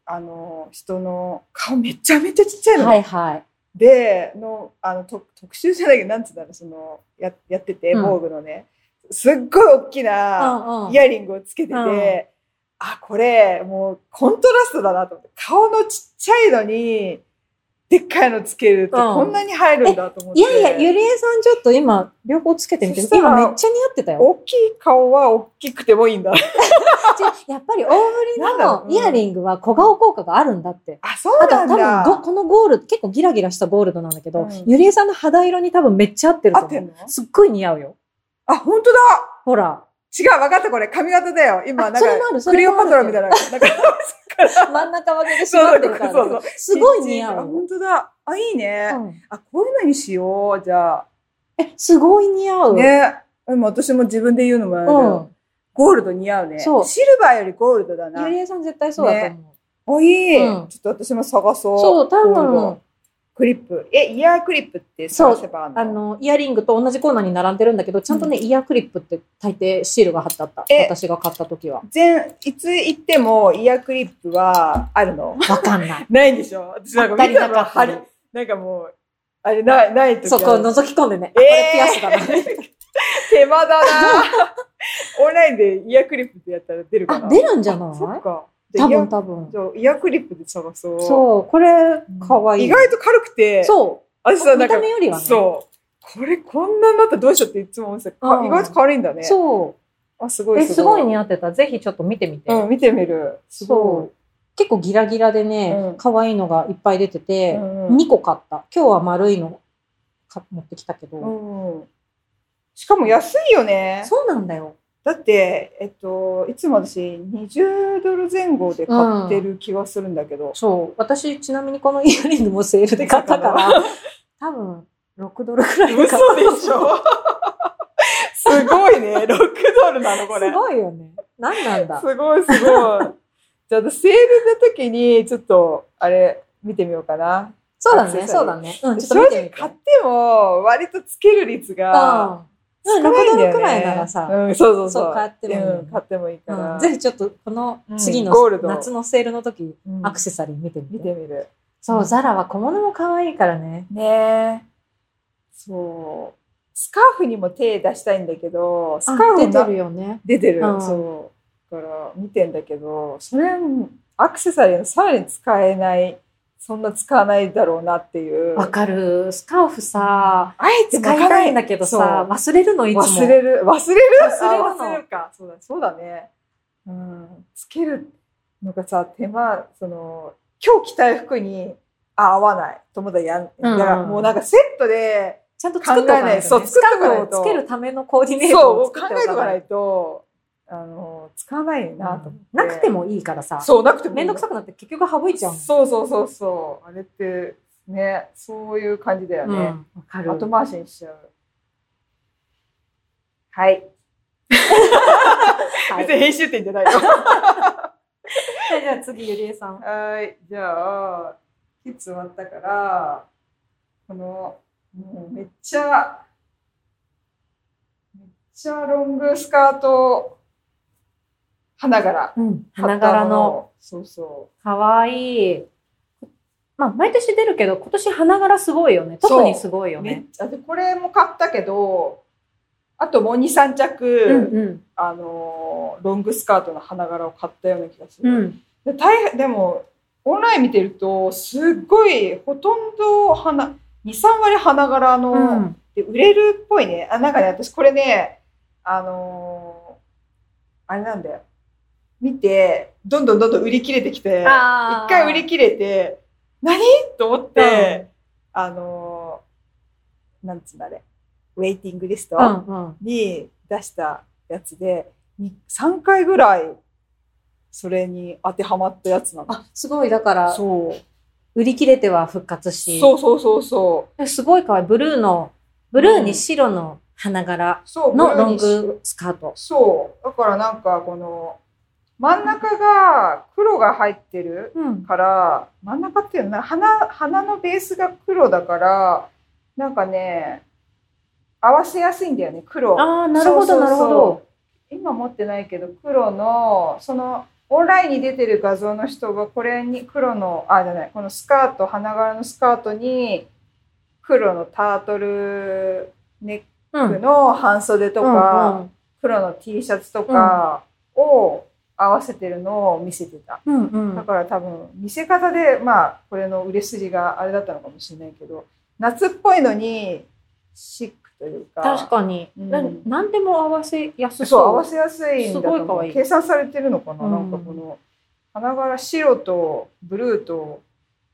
Speaker 1: あの人の顔めちゃめちゃちっちゃいの、
Speaker 2: はいはい。
Speaker 1: でのあのと特集じゃないけどなんつうんだろうそのややってて
Speaker 2: うん
Speaker 1: 防具のね、すっごい大き
Speaker 2: う
Speaker 1: なん
Speaker 2: うん。
Speaker 1: イヤリングをつけてて、
Speaker 2: うん
Speaker 1: あこれもうコントラストだなと思って顔のちっちゃいのにでっかいのつけると
Speaker 2: う
Speaker 1: こ
Speaker 2: ん
Speaker 1: んなに入るんだと思って、
Speaker 2: いやいや、ゆりえさんちょっと今、両方つけてみて
Speaker 1: そし、たら
Speaker 2: 今めっちゃ似合ってたよ。
Speaker 1: 大きい顔は大きくてもいいんだ
Speaker 2: 違うやっぱり大ぶり
Speaker 1: なんだろ
Speaker 2: の
Speaker 1: ううん
Speaker 2: イヤリングは小顔効果があるんだって。
Speaker 1: あそう
Speaker 2: あと
Speaker 1: な
Speaker 2: 多
Speaker 1: んだ
Speaker 2: 分ご、このゴールド、結構ギラギラしたゴールドなんだけ
Speaker 1: う
Speaker 2: ど
Speaker 1: ん、
Speaker 2: ゆりえさんの肌色に多分めっちゃ合ってると
Speaker 1: 合ってん
Speaker 2: 思
Speaker 1: の
Speaker 2: う。すっごい似合うよ。
Speaker 1: あ本当だ
Speaker 2: ほら。
Speaker 1: 違う分かったこれ髪型だよ今
Speaker 2: あ
Speaker 1: なんか
Speaker 2: それもあるそ
Speaker 1: ク
Speaker 2: れ
Speaker 1: レ
Speaker 2: も
Speaker 1: オパ
Speaker 2: ある
Speaker 1: トラみたいななんか
Speaker 2: 真ん中分けでしまってるから
Speaker 1: そうそうそうそう
Speaker 2: すごい似合
Speaker 1: あ
Speaker 2: うよ。
Speaker 1: 本当だ。あ、いいね。
Speaker 2: うん
Speaker 1: あ、こういうのにしよう。じゃ
Speaker 2: え、すごい似合
Speaker 1: あ。
Speaker 2: う。
Speaker 1: ね。でも私も自分で言うのもあれだ
Speaker 2: う
Speaker 1: よ
Speaker 2: ん。
Speaker 1: ゴールド似合うね。シ
Speaker 2: そう
Speaker 1: ルバーよりゴールドだな
Speaker 2: ゆ。りえさん絶対そうだと思う。
Speaker 1: おいい。
Speaker 2: うん
Speaker 1: ちょっと私も探そう。
Speaker 2: そう、多
Speaker 1: ゴール
Speaker 2: 分
Speaker 1: ド、クリップ。え、イヤークリップって探せばあるの
Speaker 2: あの、イヤリングと同じコーナーに並んでるんだけど、ちゃんとね、イヤークリップって大抵シールが貼ってあった。
Speaker 1: え
Speaker 2: 私が買った時は。
Speaker 1: 全、いつ行ってもイヤークリップはあるの
Speaker 2: わかんない。
Speaker 1: ないでしょ私
Speaker 2: あったりなかった
Speaker 1: あ
Speaker 2: り
Speaker 1: れ。なんかもう、あれない、ない時ある
Speaker 2: そこを覗き込んでね、あこ
Speaker 1: えー
Speaker 2: れピアスだな。
Speaker 1: 手間 だなオンラインでイヤークリップってやったら出るかな
Speaker 2: あ、出るんじゃ
Speaker 1: あそ
Speaker 2: な
Speaker 1: っ
Speaker 2: い
Speaker 1: か。じゃ
Speaker 2: 多
Speaker 1: あイヤ
Speaker 2: 分多分。
Speaker 1: そうイヤークリップで探そう。
Speaker 2: そう、これ、かわいい。
Speaker 1: 意外と軽くて、
Speaker 2: そ
Speaker 1: 私さ、
Speaker 2: う。
Speaker 1: な
Speaker 2: 見
Speaker 1: んか
Speaker 2: た、目よりはね。
Speaker 1: そう。これこんなになったらどうしようっていつも思ってたか
Speaker 2: うん
Speaker 1: 意外と軽いんだね。
Speaker 2: そ
Speaker 1: あ、す
Speaker 2: う。
Speaker 1: ごい
Speaker 2: え、すごい
Speaker 1: ね。
Speaker 2: 似合ってた。ぜひちょっと見てみて。
Speaker 1: うん、見てみる。すご
Speaker 2: 結構ギラギラでね
Speaker 1: うん、
Speaker 2: 可愛いのがいっぱい出て
Speaker 1: い。
Speaker 2: て
Speaker 1: う、ん
Speaker 2: 2個買った。今日は丸いのか持ってきたけ
Speaker 1: う
Speaker 2: ど。
Speaker 1: んうんしかも安いよね。
Speaker 2: そうなんだよ。
Speaker 1: だって、えっと、いつも私20ドル前後で買ってる気がするんだけど。
Speaker 2: そう。私、ちなみにこのイヤリングもセールで買ったから、多分、6ドルくらい
Speaker 1: 嘘
Speaker 2: で買
Speaker 1: で
Speaker 2: った。
Speaker 1: しょ すごいね。6ドルなの、これ。
Speaker 2: すごいよね。何なんだ。
Speaker 1: すごいすごい。じゃあ、セールの時に、ちょっと、あれ、見てみようかな。
Speaker 2: そうだ
Speaker 1: アクセサリ
Speaker 2: ね、
Speaker 1: ー
Speaker 2: そうだね。うん、ちょ
Speaker 1: 正
Speaker 2: っと見てみ
Speaker 1: 直
Speaker 2: て。
Speaker 1: 買っても、割とつける率が
Speaker 2: う
Speaker 1: 少
Speaker 2: ん。
Speaker 1: な
Speaker 2: 6
Speaker 1: いん
Speaker 2: ド
Speaker 1: だよ、ね。
Speaker 2: ルくらいならさ、
Speaker 1: うん、そうそうそう。
Speaker 2: そう買ってもいいよね
Speaker 1: うん買ってもいいか
Speaker 2: う
Speaker 1: ら。
Speaker 2: んぜひちょっとこの次
Speaker 1: うんゴール
Speaker 2: の
Speaker 1: ド
Speaker 2: 夏のセールの時、
Speaker 1: うん
Speaker 2: アクセサリー見てみ
Speaker 1: 見
Speaker 2: て。
Speaker 1: てみる。
Speaker 2: そう、ザラは小物も可愛いからね。
Speaker 1: ねえ。そう。スカーフにも手出したいんだけど、スカ
Speaker 2: あ
Speaker 1: ーフ
Speaker 2: 出
Speaker 1: な
Speaker 2: てるよね。
Speaker 1: 出てる、
Speaker 2: うん
Speaker 1: そうだから見てんだけどそれアクセサリーのさらに使えないそんな使わないだろうなっていう
Speaker 2: わかる。スカーフさ、
Speaker 1: あえて
Speaker 2: 使い
Speaker 1: 巻か
Speaker 2: たいんだけどさ、
Speaker 1: そう
Speaker 2: 忘れるのいつも。
Speaker 1: 忘れる忘れる
Speaker 2: 忘れるの
Speaker 1: あ忘れるかそうだそうだね、うん、つけるのがさ手間その今日着たい服にあ合わないと思ったらやん、
Speaker 2: うん
Speaker 1: だからもうなんかセットで
Speaker 2: ちゃんと作っとかな
Speaker 1: 考え
Speaker 2: いと、ね。
Speaker 1: ないそう
Speaker 2: ス
Speaker 1: 作っ
Speaker 2: カ
Speaker 1: とかないと
Speaker 2: ーフをつけるためのコーディネー
Speaker 1: そう
Speaker 2: トを
Speaker 1: を考
Speaker 2: 作って
Speaker 1: えと
Speaker 2: おか
Speaker 1: か
Speaker 2: な
Speaker 1: ないいとあの使わないなと思って、
Speaker 2: なくてもいいからさ、
Speaker 1: そうなくても
Speaker 2: めんどく
Speaker 1: さ
Speaker 2: さくなって結局省いちゃうもん
Speaker 1: そうそうそうそう。あれって、ね、そういう感じだよ
Speaker 2: うん
Speaker 1: ね。
Speaker 2: わかる。
Speaker 1: 後回しにしちゃう。はい。
Speaker 2: はい
Speaker 1: 別に編集点じゃないよ。
Speaker 2: じゃあ次、ゆりえさん。
Speaker 1: はい。じゃあ、キッズ終わったから、この、もうめっちゃ、めっちゃロングスカート、花柄。
Speaker 2: うん。花柄の、。
Speaker 1: そうそ
Speaker 2: かわいい。まあ、毎年出るけど、今年花柄すごいよね。
Speaker 1: そう。
Speaker 2: 特にすごいうよ
Speaker 1: めっ
Speaker 2: ね。
Speaker 1: ちゃ、でこれも買ったけど、あともう2、3着、
Speaker 2: うん
Speaker 1: あのーロングスカートの花柄を買ったような気がす
Speaker 2: うん。う
Speaker 1: る、
Speaker 2: ん。
Speaker 1: で大変でもオンライン見てるとすっごいほとんど花23割花柄の、
Speaker 2: うん。
Speaker 1: で売れるっぽいねあなんかね私これねあのーあれなんだよ見てどんどんどんどん売り切れてきて
Speaker 2: あー
Speaker 1: 一回売り切れて何と思って、あのーなんつうんだあれウェイティングリスト、
Speaker 2: うんうん。
Speaker 1: に出したやつで、に3回ぐらいそれに当てはまったやつなの。
Speaker 2: あ、すごい。だから、
Speaker 1: そう
Speaker 2: 売り切れては復活し。
Speaker 1: そうそうそうそう。
Speaker 2: えすごいかわいい。ブルーの、ブルーに白の花柄
Speaker 1: そう
Speaker 2: のロン。
Speaker 1: ブルーにし
Speaker 2: グスカート。
Speaker 1: そう。だからなんかこの、真ん中が黒が入ってる
Speaker 2: うん。
Speaker 1: から、真ん中っていうのは花、花のベースが黒だから、なんかね、合わせやすいんだよね、黒。
Speaker 2: ああ、なるほ
Speaker 1: そ
Speaker 2: ど、
Speaker 1: うそうそう
Speaker 2: なるほど。
Speaker 1: 今持ってないけど黒のそのオンラインに出てる画像の人がこれに黒のあじゃないこのスカート花柄のスカートに黒のタートルネ
Speaker 2: う
Speaker 1: ッ
Speaker 2: ん。
Speaker 1: クの半袖とか、
Speaker 2: うんうん
Speaker 1: 黒の T シャツとかを合わせてるのを見せてた、
Speaker 2: うんうん
Speaker 1: だから多分見せ方でまあこれの売れ筋があれだったのかもしれないけど夏っぽいのにシックというか
Speaker 2: 確かに、
Speaker 1: うん
Speaker 2: な何でも合わせやす
Speaker 1: そう合
Speaker 2: そう
Speaker 1: わせやすいんだと
Speaker 2: すごい可
Speaker 1: 思う
Speaker 2: 愛い
Speaker 1: 計算されてるのかな、
Speaker 2: うん
Speaker 1: なんかこの花柄白とブルーと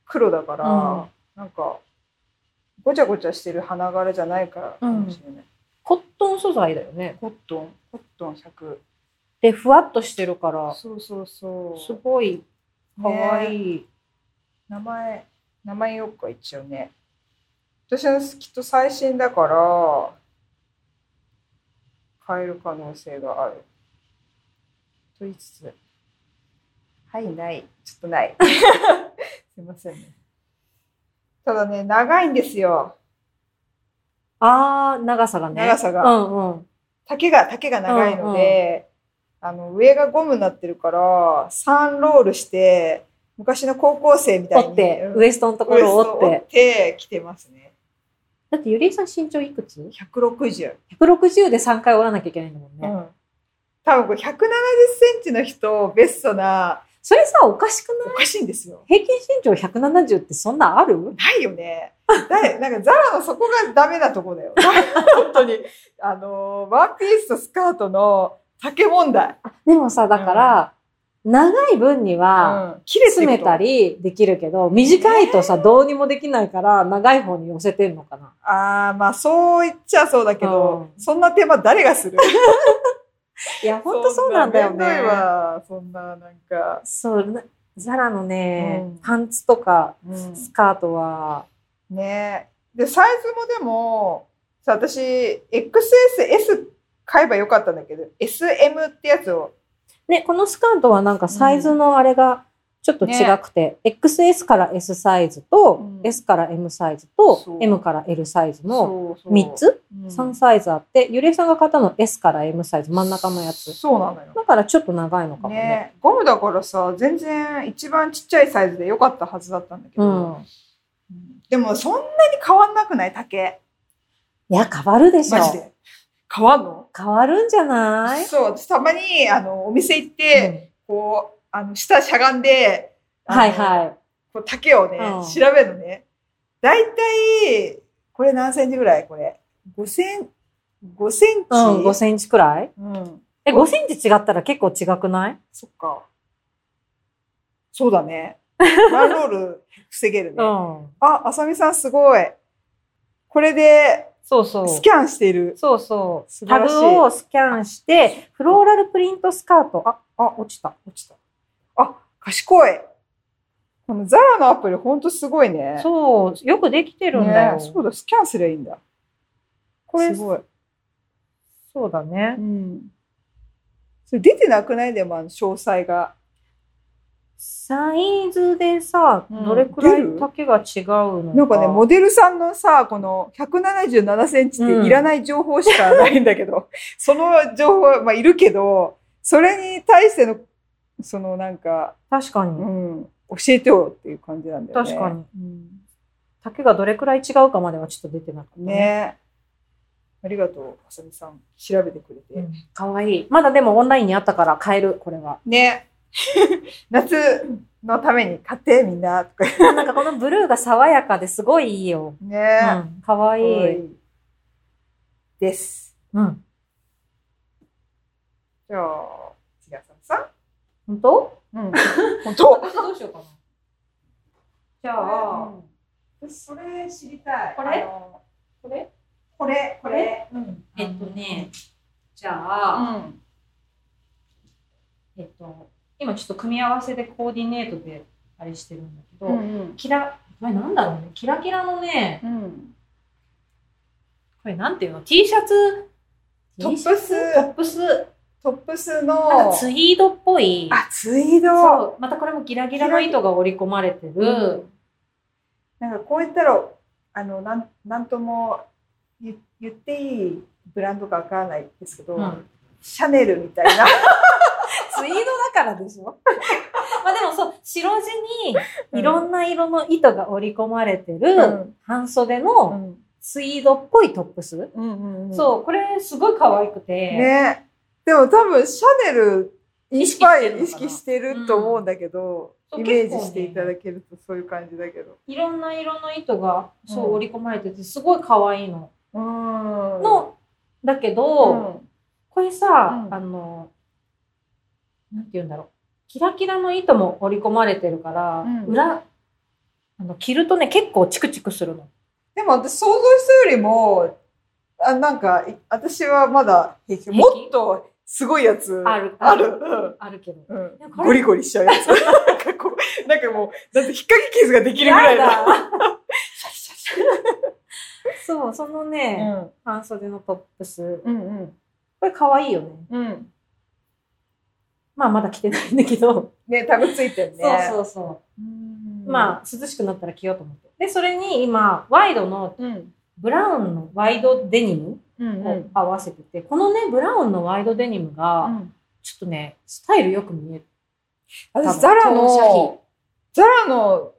Speaker 1: 黒だから、
Speaker 2: うん
Speaker 1: なんかごちゃごちゃしてる花柄じゃないからかもしれない、
Speaker 2: コットン素材だよね
Speaker 1: コットンコットン100
Speaker 2: でふわっとしてるから
Speaker 1: そうそうそう
Speaker 2: すごいかわいい、
Speaker 1: 名前名前よっか一応ね私のきっと最新だから変える可能性があると言いつつ はいないちょっとないすいませんねただね、長いんですよ。
Speaker 2: ああ、長さがね。
Speaker 1: 長さが
Speaker 2: うんうん。
Speaker 1: 丈が、丈が長いので、あの、上がゴムになってるから、3ロールして、昔の高校生みたいに。
Speaker 2: 折って、
Speaker 1: うん
Speaker 2: ウエストのところを折
Speaker 1: ウ
Speaker 2: っ
Speaker 1: エス
Speaker 2: て
Speaker 1: ト。て着てますね。
Speaker 2: だってゆりえさん身長いくつ
Speaker 1: 160。
Speaker 2: ?160 で3回折らなきゃいけないんだもんね。
Speaker 1: うん。多分これ170センチの人、ベストな、
Speaker 2: それさ、おかしくない
Speaker 1: おかしいんですよ。
Speaker 2: 平均身長170ってそんなある
Speaker 1: ないよね。誰、なんかザラのそこがダメなとこだよ。 本当に。あのー、ワンピースとスカートの丈問題。
Speaker 2: でもさ、だから、長い分には、
Speaker 1: うん切れて
Speaker 2: 詰
Speaker 1: る
Speaker 2: めたりできるけど、短いとさ、どうにもできないから、長い方に寄せてんのかな。
Speaker 1: ああ、まあそう言っちゃそうだけど、
Speaker 2: う
Speaker 1: そんな手間誰がする
Speaker 2: いや、ほんとそうなんだよ
Speaker 1: そんなめんどい
Speaker 2: ね。
Speaker 1: わそんな、なんか。
Speaker 2: そう、なザラの
Speaker 1: う
Speaker 2: ね、
Speaker 1: ん
Speaker 2: パンツとか、
Speaker 1: うん
Speaker 2: スカートは、
Speaker 1: ねえで、サイズもでも、さ、私、XSS 買えばよかったんだけど、SM ってやつを。
Speaker 2: ね、このスカートはなんかサイズのあれがちょっと違くて、XS から S サイズと、
Speaker 1: うん
Speaker 2: S から M サイズ
Speaker 1: そ
Speaker 2: と
Speaker 1: う
Speaker 2: M から L サイズの
Speaker 1: そうそう
Speaker 2: 3、つ、
Speaker 1: うん
Speaker 2: 3サイズあって、ゆりえさんが買ったの S から M サイズ、真ん中のやつ。
Speaker 1: そうなのよ。
Speaker 2: だからちょっと長いのかもね。
Speaker 1: ねえゴムだからさ、全然一番ちっちゃいサイズでよかったはずだったんだけ
Speaker 2: う
Speaker 1: ど、
Speaker 2: ん。
Speaker 1: うんでもそんなに変わんなくない丈。
Speaker 2: いや、変わるでしょ
Speaker 1: マ。ジで。変わんの
Speaker 2: 変わるんじゃない、
Speaker 1: そう、私たまに、あの、お店行って、こう、あの、下しゃがんで、
Speaker 2: うんはいはい。
Speaker 1: い。こう丈をね、
Speaker 2: うん
Speaker 1: 調べるのね。だいたい、これ何センチぐらいこれ。5セン、5センチ、
Speaker 2: うん、5センチくらい
Speaker 1: うん
Speaker 2: え、5センチ違ったら結構違くない
Speaker 1: そっか。そうだ ね。ワンロール防げるね。
Speaker 2: うん。
Speaker 1: あ、あさみさんすごい。これで
Speaker 2: そうそう。
Speaker 1: スキャンしている。
Speaker 2: そうそ
Speaker 1: 素晴
Speaker 2: う。タ
Speaker 1: らしい
Speaker 2: グをスキャンして、フローラルプリントスカート。あ、あ、落ちた。
Speaker 1: 落ちた。あ、賢い。このザラのアプリほんとすごいね。
Speaker 2: そう、よくできて
Speaker 1: う
Speaker 2: るんだよ。
Speaker 1: そうだ、スキャンすりゃいいんだ。
Speaker 2: これ
Speaker 1: すごい。
Speaker 2: そうだね
Speaker 1: う。ん。それ出てなくないでも、あの詳細が。
Speaker 2: サイズでさ、
Speaker 1: うん
Speaker 2: どれくら
Speaker 1: 出
Speaker 2: い
Speaker 1: る
Speaker 2: 丈が違うのか。
Speaker 1: なんかね、モデルさんのさ、この177センチっていらない情報しかないんだけど、 その情報は、まあ、いるけど、それに対しての、そのなんか、
Speaker 2: 確か
Speaker 1: う
Speaker 2: に。
Speaker 1: ん、教えてよっていう感じなんだよね。
Speaker 2: 確かに。
Speaker 1: うん
Speaker 2: 丈がどれくらい違うかまではちょっと出てなかったね。
Speaker 1: ねありがとう、あさみさん。調べてくれて。
Speaker 2: うんかわいい。まだでもオンラインにあったから買える、こ れは。
Speaker 1: ね夏のために買って、みんな。とか
Speaker 2: なんかこのブルーが爽やかですごいいいよ。
Speaker 1: ね
Speaker 2: うん、かわい
Speaker 1: 可愛
Speaker 2: い。
Speaker 1: いです。
Speaker 2: うん。
Speaker 1: じゃあ、千賀さんさ
Speaker 2: 本当
Speaker 1: ん。うん。 本当。
Speaker 2: どうしようかな。じゃあ、
Speaker 1: 私それ知りたい。
Speaker 2: これ
Speaker 1: あの
Speaker 2: これ
Speaker 1: これ、これ。うん。
Speaker 2: えっとね、じゃあ、
Speaker 1: うん。
Speaker 2: えっと、今ちょっと組み合わせでコーディネートであれしてるんだけど、
Speaker 1: うん。
Speaker 2: キラ、これなんだろうね、キラキラのね、
Speaker 1: うん。
Speaker 2: これなんていうの、T シャツ、
Speaker 1: トッ
Speaker 2: T
Speaker 1: プ
Speaker 2: シャツ
Speaker 1: ス
Speaker 2: トップス、
Speaker 1: トップス
Speaker 2: なん
Speaker 1: の
Speaker 2: か。ツイードっぽい、
Speaker 1: あ、ツイード。
Speaker 2: そう、またこれもギラギラの糸が織り込まれてる、
Speaker 1: うんなんかこう言ったら、あの、なん、なんとも。言、言っていいブランドかわからないですけど。
Speaker 2: うん
Speaker 1: シャネルみたいな。
Speaker 2: ツイードだからでしょ まあでもそう、白地にいろんな色の糸が織り込まれてる、
Speaker 1: うん
Speaker 2: 半袖
Speaker 1: う
Speaker 2: の
Speaker 1: ん。
Speaker 2: ツイードっぽいトップス。
Speaker 1: うん。うん。
Speaker 2: そう、これすごい可愛くて。
Speaker 1: ね。でも多分シャネルインスパイア
Speaker 2: 意
Speaker 1: 意
Speaker 2: 識
Speaker 1: 識
Speaker 2: し
Speaker 1: してると思うんだけど、
Speaker 2: うんそう
Speaker 1: イメージしていただけるとそういう感じだけど。
Speaker 2: いろんな色の糸がそううん織り込まれてて、すごい可愛いの。
Speaker 1: うん
Speaker 2: の、だけ
Speaker 1: う
Speaker 2: ど、
Speaker 1: ん
Speaker 2: これさ、
Speaker 1: うん
Speaker 2: あの、なんて言うんだろう。キラキラの糸も織り込まれてるから、
Speaker 1: うん
Speaker 2: 裏、あの、着るとね、結構チクチクするの。
Speaker 1: でも私想像したよりも、あなんかい私はまだ平気
Speaker 2: 平気
Speaker 1: もっとすごいやつ
Speaker 2: ある
Speaker 1: ある。
Speaker 2: あるけど。
Speaker 1: うんうん
Speaker 2: いやこれ
Speaker 1: ゴリゴリしちゃうやつ。なんかこう、なんかもう、だって引っ掛け傷ができるぐらい
Speaker 2: や
Speaker 1: だ。
Speaker 2: だ そう、そのね、半袖のトップス。
Speaker 1: うんうん
Speaker 2: これ可愛いよね。
Speaker 1: うん。
Speaker 2: まあ、まだ着てないんだけど。
Speaker 1: ね、タグついてるね。
Speaker 2: そうそうそう。
Speaker 1: うん
Speaker 2: まあ、涼しくなったら着ようと思って。で、それに今、ワイドの、
Speaker 1: うん。
Speaker 2: ブラウンのワイドデニム
Speaker 1: うん。
Speaker 2: を合わせてて、このね、ブラウンのワイドデニムが、ちょっとね、スタイルよく見える。
Speaker 1: 私、ザラ
Speaker 2: 多分
Speaker 1: の、ザラの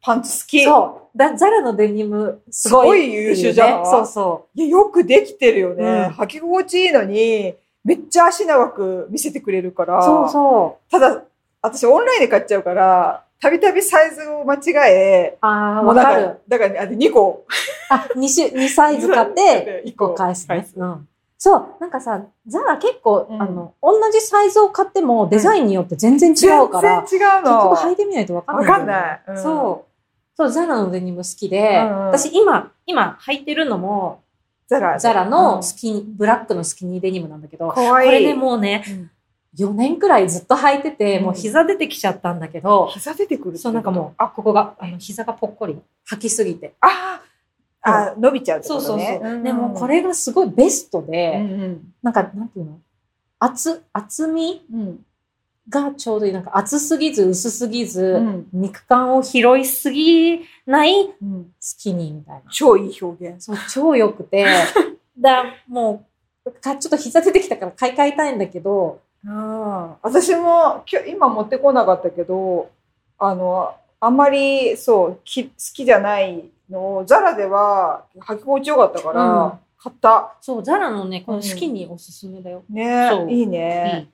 Speaker 1: パンツ好き。
Speaker 2: そう。だザラのデニム、
Speaker 1: す
Speaker 2: す
Speaker 1: ご
Speaker 2: ごい
Speaker 1: い優秀じゃ
Speaker 2: っ
Speaker 1: ん
Speaker 2: ていうねそうそ
Speaker 1: いやよくできてるよね。
Speaker 2: うん
Speaker 1: 履き心地いいのに、めっちゃ足長く見せてくれるから。
Speaker 2: う。そうそう。
Speaker 1: ただ、私オンラインで買っちゃうから、たびたびサイズを間違え、
Speaker 2: ああ、
Speaker 1: もう
Speaker 2: わ
Speaker 1: なん
Speaker 2: かる。。
Speaker 1: だから、あの2個。
Speaker 2: あ、2種、二サイズ買 って、
Speaker 1: 1
Speaker 2: 1個返すね。うん。そう、なんかさ、ザラ結構、
Speaker 1: うん
Speaker 2: あの、同じサイズを買ってもデザインによって全然違うから、
Speaker 1: 全然違う
Speaker 2: 結
Speaker 1: の。
Speaker 2: 局履いてみないとわかんないよね。
Speaker 1: わかんないうん
Speaker 2: そう。そう、ザラのデニム好きで、
Speaker 1: うんうん
Speaker 2: 私今、今履いてるのも、
Speaker 1: ザラ。
Speaker 2: ザラの
Speaker 1: う
Speaker 2: スキニ、ブラックのスキニーデニムなんだけど、
Speaker 1: ん、かわいい。
Speaker 2: これね、もうね、
Speaker 1: うん
Speaker 2: 4年くらいずっと履いてて、
Speaker 1: うん
Speaker 2: もう膝出てきちゃったんだけど、
Speaker 1: 膝出てくるってこと
Speaker 2: そう、なんかもう、あ、ここが、あの、膝がぽっこり、履きすぎて。
Speaker 1: あーあー、伸びちゃうって
Speaker 2: そ
Speaker 1: こ
Speaker 2: う
Speaker 1: と
Speaker 2: そう
Speaker 1: ね。
Speaker 2: そう。でもこ、れがすごいベスト
Speaker 1: うん
Speaker 2: で、
Speaker 1: うん
Speaker 2: なんか、なんていうの厚、厚み
Speaker 1: うん
Speaker 2: がちょうどいい。なんか厚すぎず、薄すぎず、
Speaker 1: うん
Speaker 2: 肉感を拾いすぎない
Speaker 1: うん
Speaker 2: スキニーみたいな。
Speaker 1: 超いい表現。
Speaker 2: そう、超良く て。だ、もう、かちょっと膝出てきたから買い替えたいんだけど、
Speaker 1: ああ、私も今日今持ってこなかったけど、あの、あんまりそうき好きじゃないのを、ザラでは履き心地よかったから、
Speaker 2: うん
Speaker 1: 買った。
Speaker 2: そう、ザラのね、こ
Speaker 1: う
Speaker 2: の
Speaker 1: ん
Speaker 2: スキニーおすすめだよ。そ
Speaker 1: ね
Speaker 2: う
Speaker 1: いい
Speaker 2: いい
Speaker 1: ね。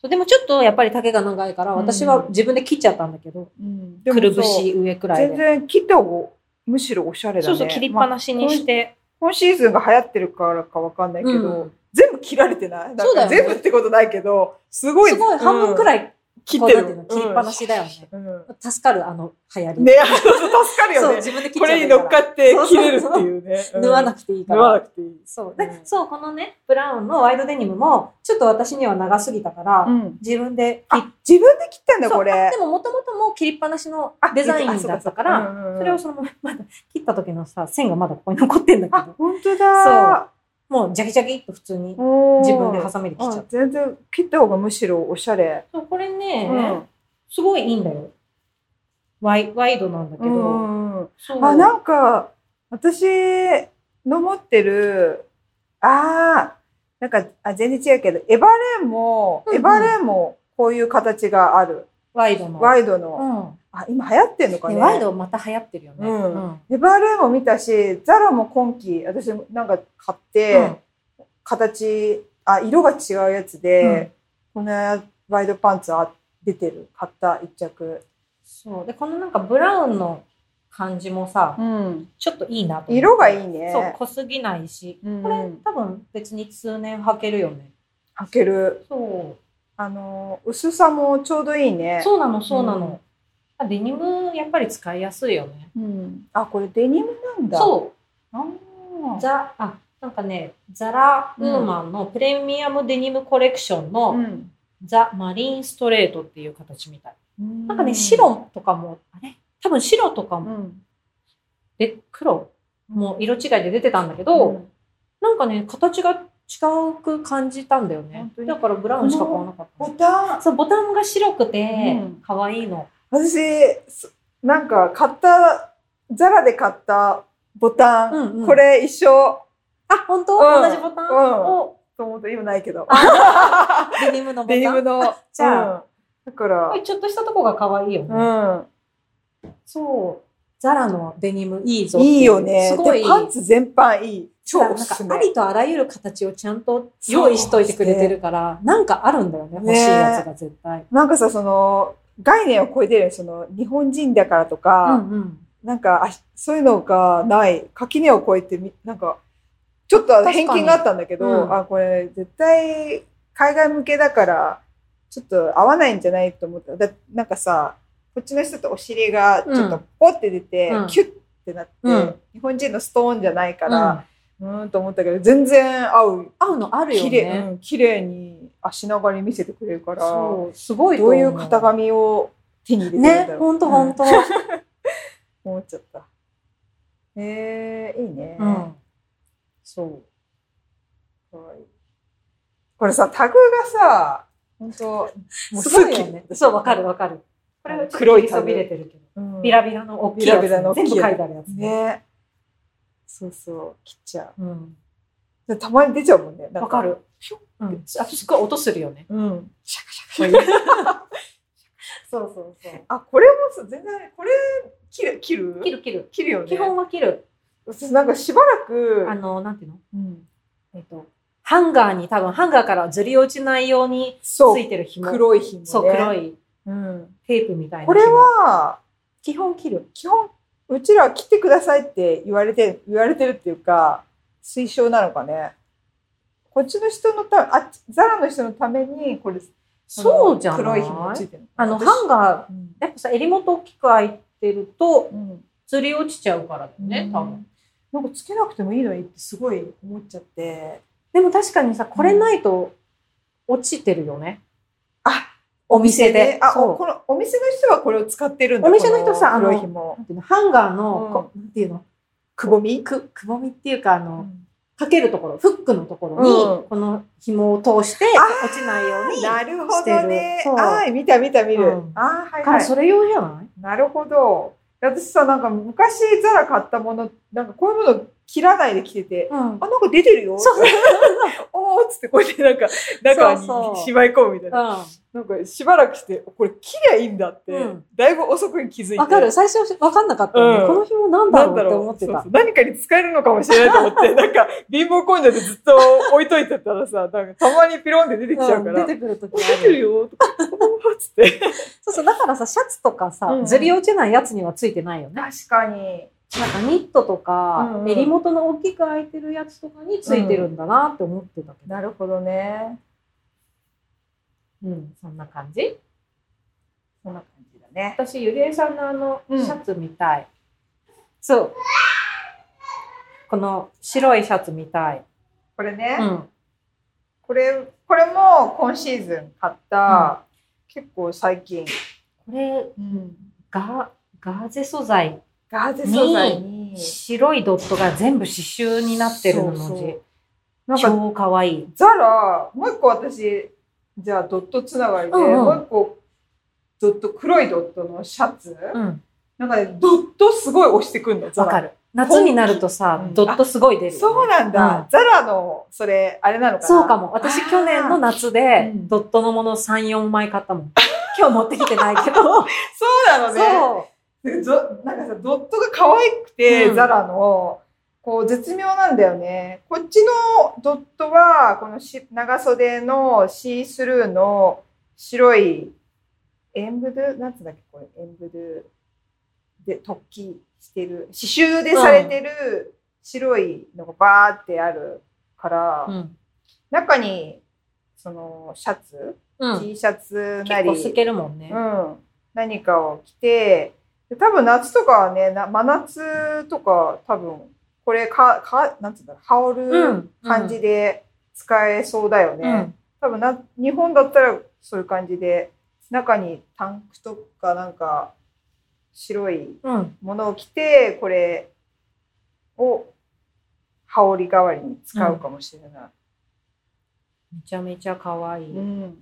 Speaker 2: そうでもちょっとやっぱり丈が長いから、
Speaker 1: うん
Speaker 2: 私は自分で切っちゃったんだけど、
Speaker 1: うん
Speaker 2: くるぶし。上
Speaker 1: で
Speaker 2: く
Speaker 1: も
Speaker 2: ら
Speaker 1: そう
Speaker 2: い
Speaker 1: 全
Speaker 2: で。
Speaker 1: 然切った方が、むしろおしゃれだ
Speaker 2: そ
Speaker 1: ね。
Speaker 2: うそう、切りっぱ
Speaker 1: まあ
Speaker 2: なしにして。
Speaker 1: 今シーズンが流行ってるからかわかんないけど、
Speaker 2: うん
Speaker 1: 全部切られてないなんか
Speaker 2: そうだよね
Speaker 1: 全部ってことないけど、すごい。
Speaker 2: すごい半分く
Speaker 1: い
Speaker 2: らい
Speaker 1: 切って
Speaker 2: こう
Speaker 1: る
Speaker 2: なんていうの切りっぱなしだよね。
Speaker 1: うん
Speaker 2: 助かる、あの流行り。
Speaker 1: ね、あの助かる
Speaker 2: そう、
Speaker 1: よね。
Speaker 2: 自分で切っちゃ
Speaker 1: これに
Speaker 2: うか
Speaker 1: 乗
Speaker 2: ら
Speaker 1: っかって切れるっていうね。うん
Speaker 2: 縫わなくていいか
Speaker 1: 縫わ
Speaker 2: ら。
Speaker 1: なくていい。
Speaker 2: そう。
Speaker 1: う
Speaker 2: で、
Speaker 1: ん
Speaker 2: そう、このね、ブラウンのワイドデニムも、ちょっと私には長すぎたから、自分で切っ
Speaker 1: あ、自分で切ったんだ、
Speaker 2: そう
Speaker 1: こ
Speaker 2: あ
Speaker 1: れ
Speaker 2: で。ももともともう切りっぱなしの
Speaker 1: あ
Speaker 2: デザインだったから、そ、
Speaker 1: うんうんうん
Speaker 2: れをそのまま、まだ切った時のさ、線がまだここに残ってんだけ
Speaker 1: あ
Speaker 2: ど、、
Speaker 1: 本当だ。
Speaker 2: もうジャキジャキっと普通に
Speaker 1: おー
Speaker 2: 自分でハサミで切っち
Speaker 1: あ
Speaker 2: ゃう。
Speaker 1: 全然切った方がむしろおしゃれ。
Speaker 2: そうこれ
Speaker 1: う
Speaker 2: ね、
Speaker 1: ん
Speaker 2: すごいいいんだよ。ワイワイドなんだけ
Speaker 1: う
Speaker 2: ど、
Speaker 1: んうん。
Speaker 2: そう
Speaker 1: あ、なんか、私の持ってる、ああ、なんか、あ全然違うけど、エバレーンも、
Speaker 2: うんうん
Speaker 1: エバレーンもこういう形がある。
Speaker 2: ワイドの。
Speaker 1: ワイドの。
Speaker 2: うん
Speaker 1: あ、今流行ってんのか
Speaker 2: ね
Speaker 1: ね。
Speaker 2: ワイドまた流行ってるよね。
Speaker 1: うんエバーレーンも見たし、ザラも今季、私なんか買って、
Speaker 2: うん
Speaker 1: 形、あ、色が違うやつで、このワイドパンツあ出てる。買った一着。
Speaker 2: そう。で、このなんかブラウンの感じもさ、
Speaker 1: ん。
Speaker 2: ちょっといいなと思って。
Speaker 1: 色がいい
Speaker 2: そう、
Speaker 1: ね。
Speaker 2: 濃すぎないし。
Speaker 1: うん
Speaker 2: これ多分別に数年履けるよね。
Speaker 1: 履ける。
Speaker 2: そう。
Speaker 1: あの、薄さもちょうどいいね。
Speaker 2: そうなの、そうなの。あデニム、やっぱり使いやすいよね。
Speaker 1: うん。あ、これデニムなんだ。う。
Speaker 2: そ
Speaker 1: あ
Speaker 2: う。
Speaker 1: ー
Speaker 2: ザ、あ、なんかね、ザラウーマンのプレミアムデニムコレクションの、
Speaker 1: うん。
Speaker 2: ザ・マリンストレートっていう形みたい。
Speaker 1: な
Speaker 2: なんかね、。白とかも、あれ多分白とか
Speaker 1: う
Speaker 2: も、
Speaker 1: ん。
Speaker 2: で、黒も色違いで出てたんだけど、
Speaker 1: うん
Speaker 2: なんかね、形が違うく感じたんだよね
Speaker 1: 本当。に
Speaker 2: だからブラウンしか買わなかった
Speaker 1: ボ。タン。
Speaker 2: そう、ボタンが白くて
Speaker 1: うん、
Speaker 2: 可愛いの。
Speaker 1: 私、そなんか買った、ザラで買ったボタン。
Speaker 2: うんうん
Speaker 1: これ一緒
Speaker 2: あ、本当、
Speaker 1: うん
Speaker 2: 同じボタンを、
Speaker 1: と思うと今ないけど。
Speaker 2: デニムのボタン。
Speaker 1: デニムの。
Speaker 2: じゃ
Speaker 1: あ。だか
Speaker 2: こ
Speaker 1: ら
Speaker 2: れ、ちょっとしたとこが可愛いよね。
Speaker 1: う
Speaker 2: そう。ザラのデニムいいぞ
Speaker 1: ん。
Speaker 2: ってう
Speaker 1: いいよね。
Speaker 2: すごい。
Speaker 1: でパンツ全般いい。超
Speaker 2: なん
Speaker 1: おす
Speaker 2: か
Speaker 1: すめ
Speaker 2: あ。りとあらゆる形をちゃんと用意しといてくれてるから、なんかあるんだよね、欲しいやつが絶対。
Speaker 1: なんかさ、その、概念を超えてるよその、日本人だからと
Speaker 2: う
Speaker 1: か、
Speaker 2: んうん。
Speaker 1: なんかあ、そういうのがない、垣根を超えてみ、なんか、ちょっと
Speaker 2: 確かに
Speaker 1: 偏見があったんだけど、
Speaker 2: うん
Speaker 1: あ、これ絶対海外向けだから、ちょっと合わないんじゃないと思った。だなんかさ、こっちの人ってお尻がちょっとポって出て、
Speaker 2: うん
Speaker 1: キュッてなって、
Speaker 2: うん
Speaker 1: 日本人のストーンじゃないから、うーんと思ったけど、全然合う。
Speaker 2: 合うのあるよ
Speaker 1: 綺麗、
Speaker 2: ね。
Speaker 1: うん綺麗に足長に見せてくれるから、ど
Speaker 2: そう、すごいと思
Speaker 1: ういう型紙を手に入れてるんだ
Speaker 2: ね
Speaker 1: ろう、
Speaker 2: ほんとほんと。
Speaker 1: 思っちゃった。えー、いいね、
Speaker 2: うん。そう。
Speaker 1: かわいいこれさ、タグがさ、本当もう
Speaker 2: すごいよ
Speaker 1: 好
Speaker 2: ね。
Speaker 1: き
Speaker 2: そう、わかるわかる。これはちょっ
Speaker 1: 黒
Speaker 2: と
Speaker 1: い
Speaker 2: 切りそびれてる
Speaker 1: う
Speaker 2: けど。
Speaker 1: ん
Speaker 2: ビラビラの大きいやつ、
Speaker 1: ビラビラの大きい
Speaker 2: 全
Speaker 1: やつ
Speaker 2: 部書いてあるやつね。
Speaker 1: ね。そうそう、切っちゃ
Speaker 2: うん。
Speaker 1: う。でたまに出ちゃうもんね。なん
Speaker 2: わかる。
Speaker 1: ピョン
Speaker 2: うん。私、こう音するよね。
Speaker 1: うん。シャカシャカ。
Speaker 2: そうそうそう。
Speaker 1: あ、これもさ、全然、これ、切る、切る
Speaker 2: 切る切る。
Speaker 1: 切るよね。
Speaker 2: 基本は切る。
Speaker 1: 私なんかしばらく
Speaker 2: あ、の、なんていうの
Speaker 1: うん
Speaker 2: えっと、ハンガーに多分、ハンガーからずり落ちないように
Speaker 1: そ、
Speaker 2: ついうてる紐。
Speaker 1: 黒い紐ね。
Speaker 2: そう、黒い
Speaker 1: うん。
Speaker 2: テープみたいな。
Speaker 1: これ、は、
Speaker 2: 基本切る。
Speaker 1: 基本、うちらは切ってくださいって言われて、言われてるっていうか、推奨なのかね。こっちの人のたあ、ザラの人のために、これ、
Speaker 2: そうじゃない
Speaker 1: 黒い紐ついてる
Speaker 2: あの、ハンガ
Speaker 1: うん
Speaker 2: ー、やっぱさ、襟元大きく開いてると、
Speaker 1: うん
Speaker 2: ずり落ちちゃうからだよね、多分。。
Speaker 1: なんかつけなくてもいいのにってすごい思っちゃって。
Speaker 2: でも確かにさ、これないと落ちてるよね。
Speaker 1: あ
Speaker 2: お店で
Speaker 1: ね。あ、
Speaker 2: そう
Speaker 1: おこのお店の人はこれを使ってるんだ。
Speaker 2: お店の人さ
Speaker 1: こ
Speaker 2: あの
Speaker 1: 黒い紐
Speaker 2: な。んていうのハンガーの、こなんていうの
Speaker 1: くぼみ。
Speaker 2: く、くぼみっていうか、あの、
Speaker 1: うん
Speaker 2: かけるところ、フックのところに、
Speaker 1: うん
Speaker 2: この紐を通して
Speaker 1: あー
Speaker 2: 落ちないように。
Speaker 1: なるほどね
Speaker 2: してる。そう
Speaker 1: あー見た見た見る。
Speaker 2: うん
Speaker 1: あーはい
Speaker 2: だから
Speaker 1: はい。
Speaker 2: それ用じゃない
Speaker 1: なるほど。私さ、なんか昔ザラ買ったもの、なんかこういうもの切らないで着てて、
Speaker 2: うん
Speaker 1: あ、なんか出てるよ。
Speaker 2: そう
Speaker 1: おーっつってこうやってなんか中に
Speaker 2: そうそう
Speaker 1: しまい込むみたいな。
Speaker 2: う
Speaker 1: なんかしばらくして、これ切りゃいいんだって、
Speaker 2: うん
Speaker 1: だいぶ遅くに気づいて。
Speaker 2: ん。わかる。最初わかんなかったよね、
Speaker 1: うん
Speaker 2: この紐なんだ
Speaker 1: なん
Speaker 2: ろう
Speaker 1: だ
Speaker 2: って
Speaker 1: ろ
Speaker 2: 思
Speaker 1: う
Speaker 2: って
Speaker 1: そう
Speaker 2: た
Speaker 1: そう。何かに使えるのかもしれないと思って、なんか貧乏根性でずっと置いといてたらさ、なんかたまにピロンって出てきちゃうから、
Speaker 2: うん出てくるとき
Speaker 1: 出てるよ とか、おーっつって。
Speaker 2: そうそう、だからさ、シャツとかさ
Speaker 1: う、ん
Speaker 2: ずり落ちないやつにはついてないよね。
Speaker 1: 確かに。
Speaker 2: なんかニットとか、
Speaker 1: うんうん
Speaker 2: 襟元の大きく開いてるやつとかについてるんだなって思ってたけど。
Speaker 1: なるほどね。
Speaker 2: うん、そんな感じ
Speaker 1: そんな感じだね。
Speaker 2: 私、ゆりえさんのあの、シ
Speaker 1: うん
Speaker 2: ャツ見たい。そう。この白いシャツ見たい。
Speaker 1: これね、
Speaker 2: うん。
Speaker 1: これ、これも今シーズン買った、結構最近。
Speaker 2: これ、ガガーゼ素材、
Speaker 1: ガーゼ素材に。
Speaker 2: 白いドットが全部刺繍になってる
Speaker 1: そう
Speaker 2: の
Speaker 1: そう
Speaker 2: 文
Speaker 1: なん
Speaker 2: 字。
Speaker 1: か、
Speaker 2: 超かわいい。
Speaker 1: ザラ、もう一個私、じゃあドットつながりで、
Speaker 2: うんうん
Speaker 1: もう一個、ドット、黒いドットのシャツ。
Speaker 2: うん。
Speaker 1: なんかね、ドットすごい押してくんの、ザ
Speaker 2: わ
Speaker 1: ラ。
Speaker 2: かる。夏になるとさ
Speaker 1: う、ん
Speaker 2: ドットすごい出るよね。
Speaker 1: そうなんだ。
Speaker 2: うん
Speaker 1: ザラの、それ、あれなのかな
Speaker 2: そうか。も。私去年の夏で
Speaker 1: う、ん
Speaker 2: ドットのもの3、4枚買ったもん。今日持ってきてないけ ど。
Speaker 1: そうなのね。
Speaker 2: そ
Speaker 1: でぞなんかさ、ドットが可愛くて、
Speaker 2: うん
Speaker 1: ザラの、こう、絶妙なんだよね。こっちのドットは、このし長袖のシースルーの白い、エンブドゥ、なんつうんだっけ、これ、エンブドゥで突起してる、刺繍でされてる白いのがバーってあるから、
Speaker 2: う。うん。
Speaker 1: 中に、その、シャツ、
Speaker 2: うん。
Speaker 1: T シャツな
Speaker 2: 結
Speaker 1: り、
Speaker 2: 構透けるもんね。
Speaker 1: うん、何かを着てで多分夏とかはねな真夏とか多分これかかなんつうんだろう羽織る感じで使えそうだよね、
Speaker 2: うん。
Speaker 1: 多分な日本だったらそういう感じで中にタンクトップかなんか白い
Speaker 2: うん。
Speaker 1: ものを着てこれを羽織代わりに使うかもしれない。
Speaker 2: めちゃめちゃ可愛
Speaker 1: う
Speaker 2: い。
Speaker 1: ん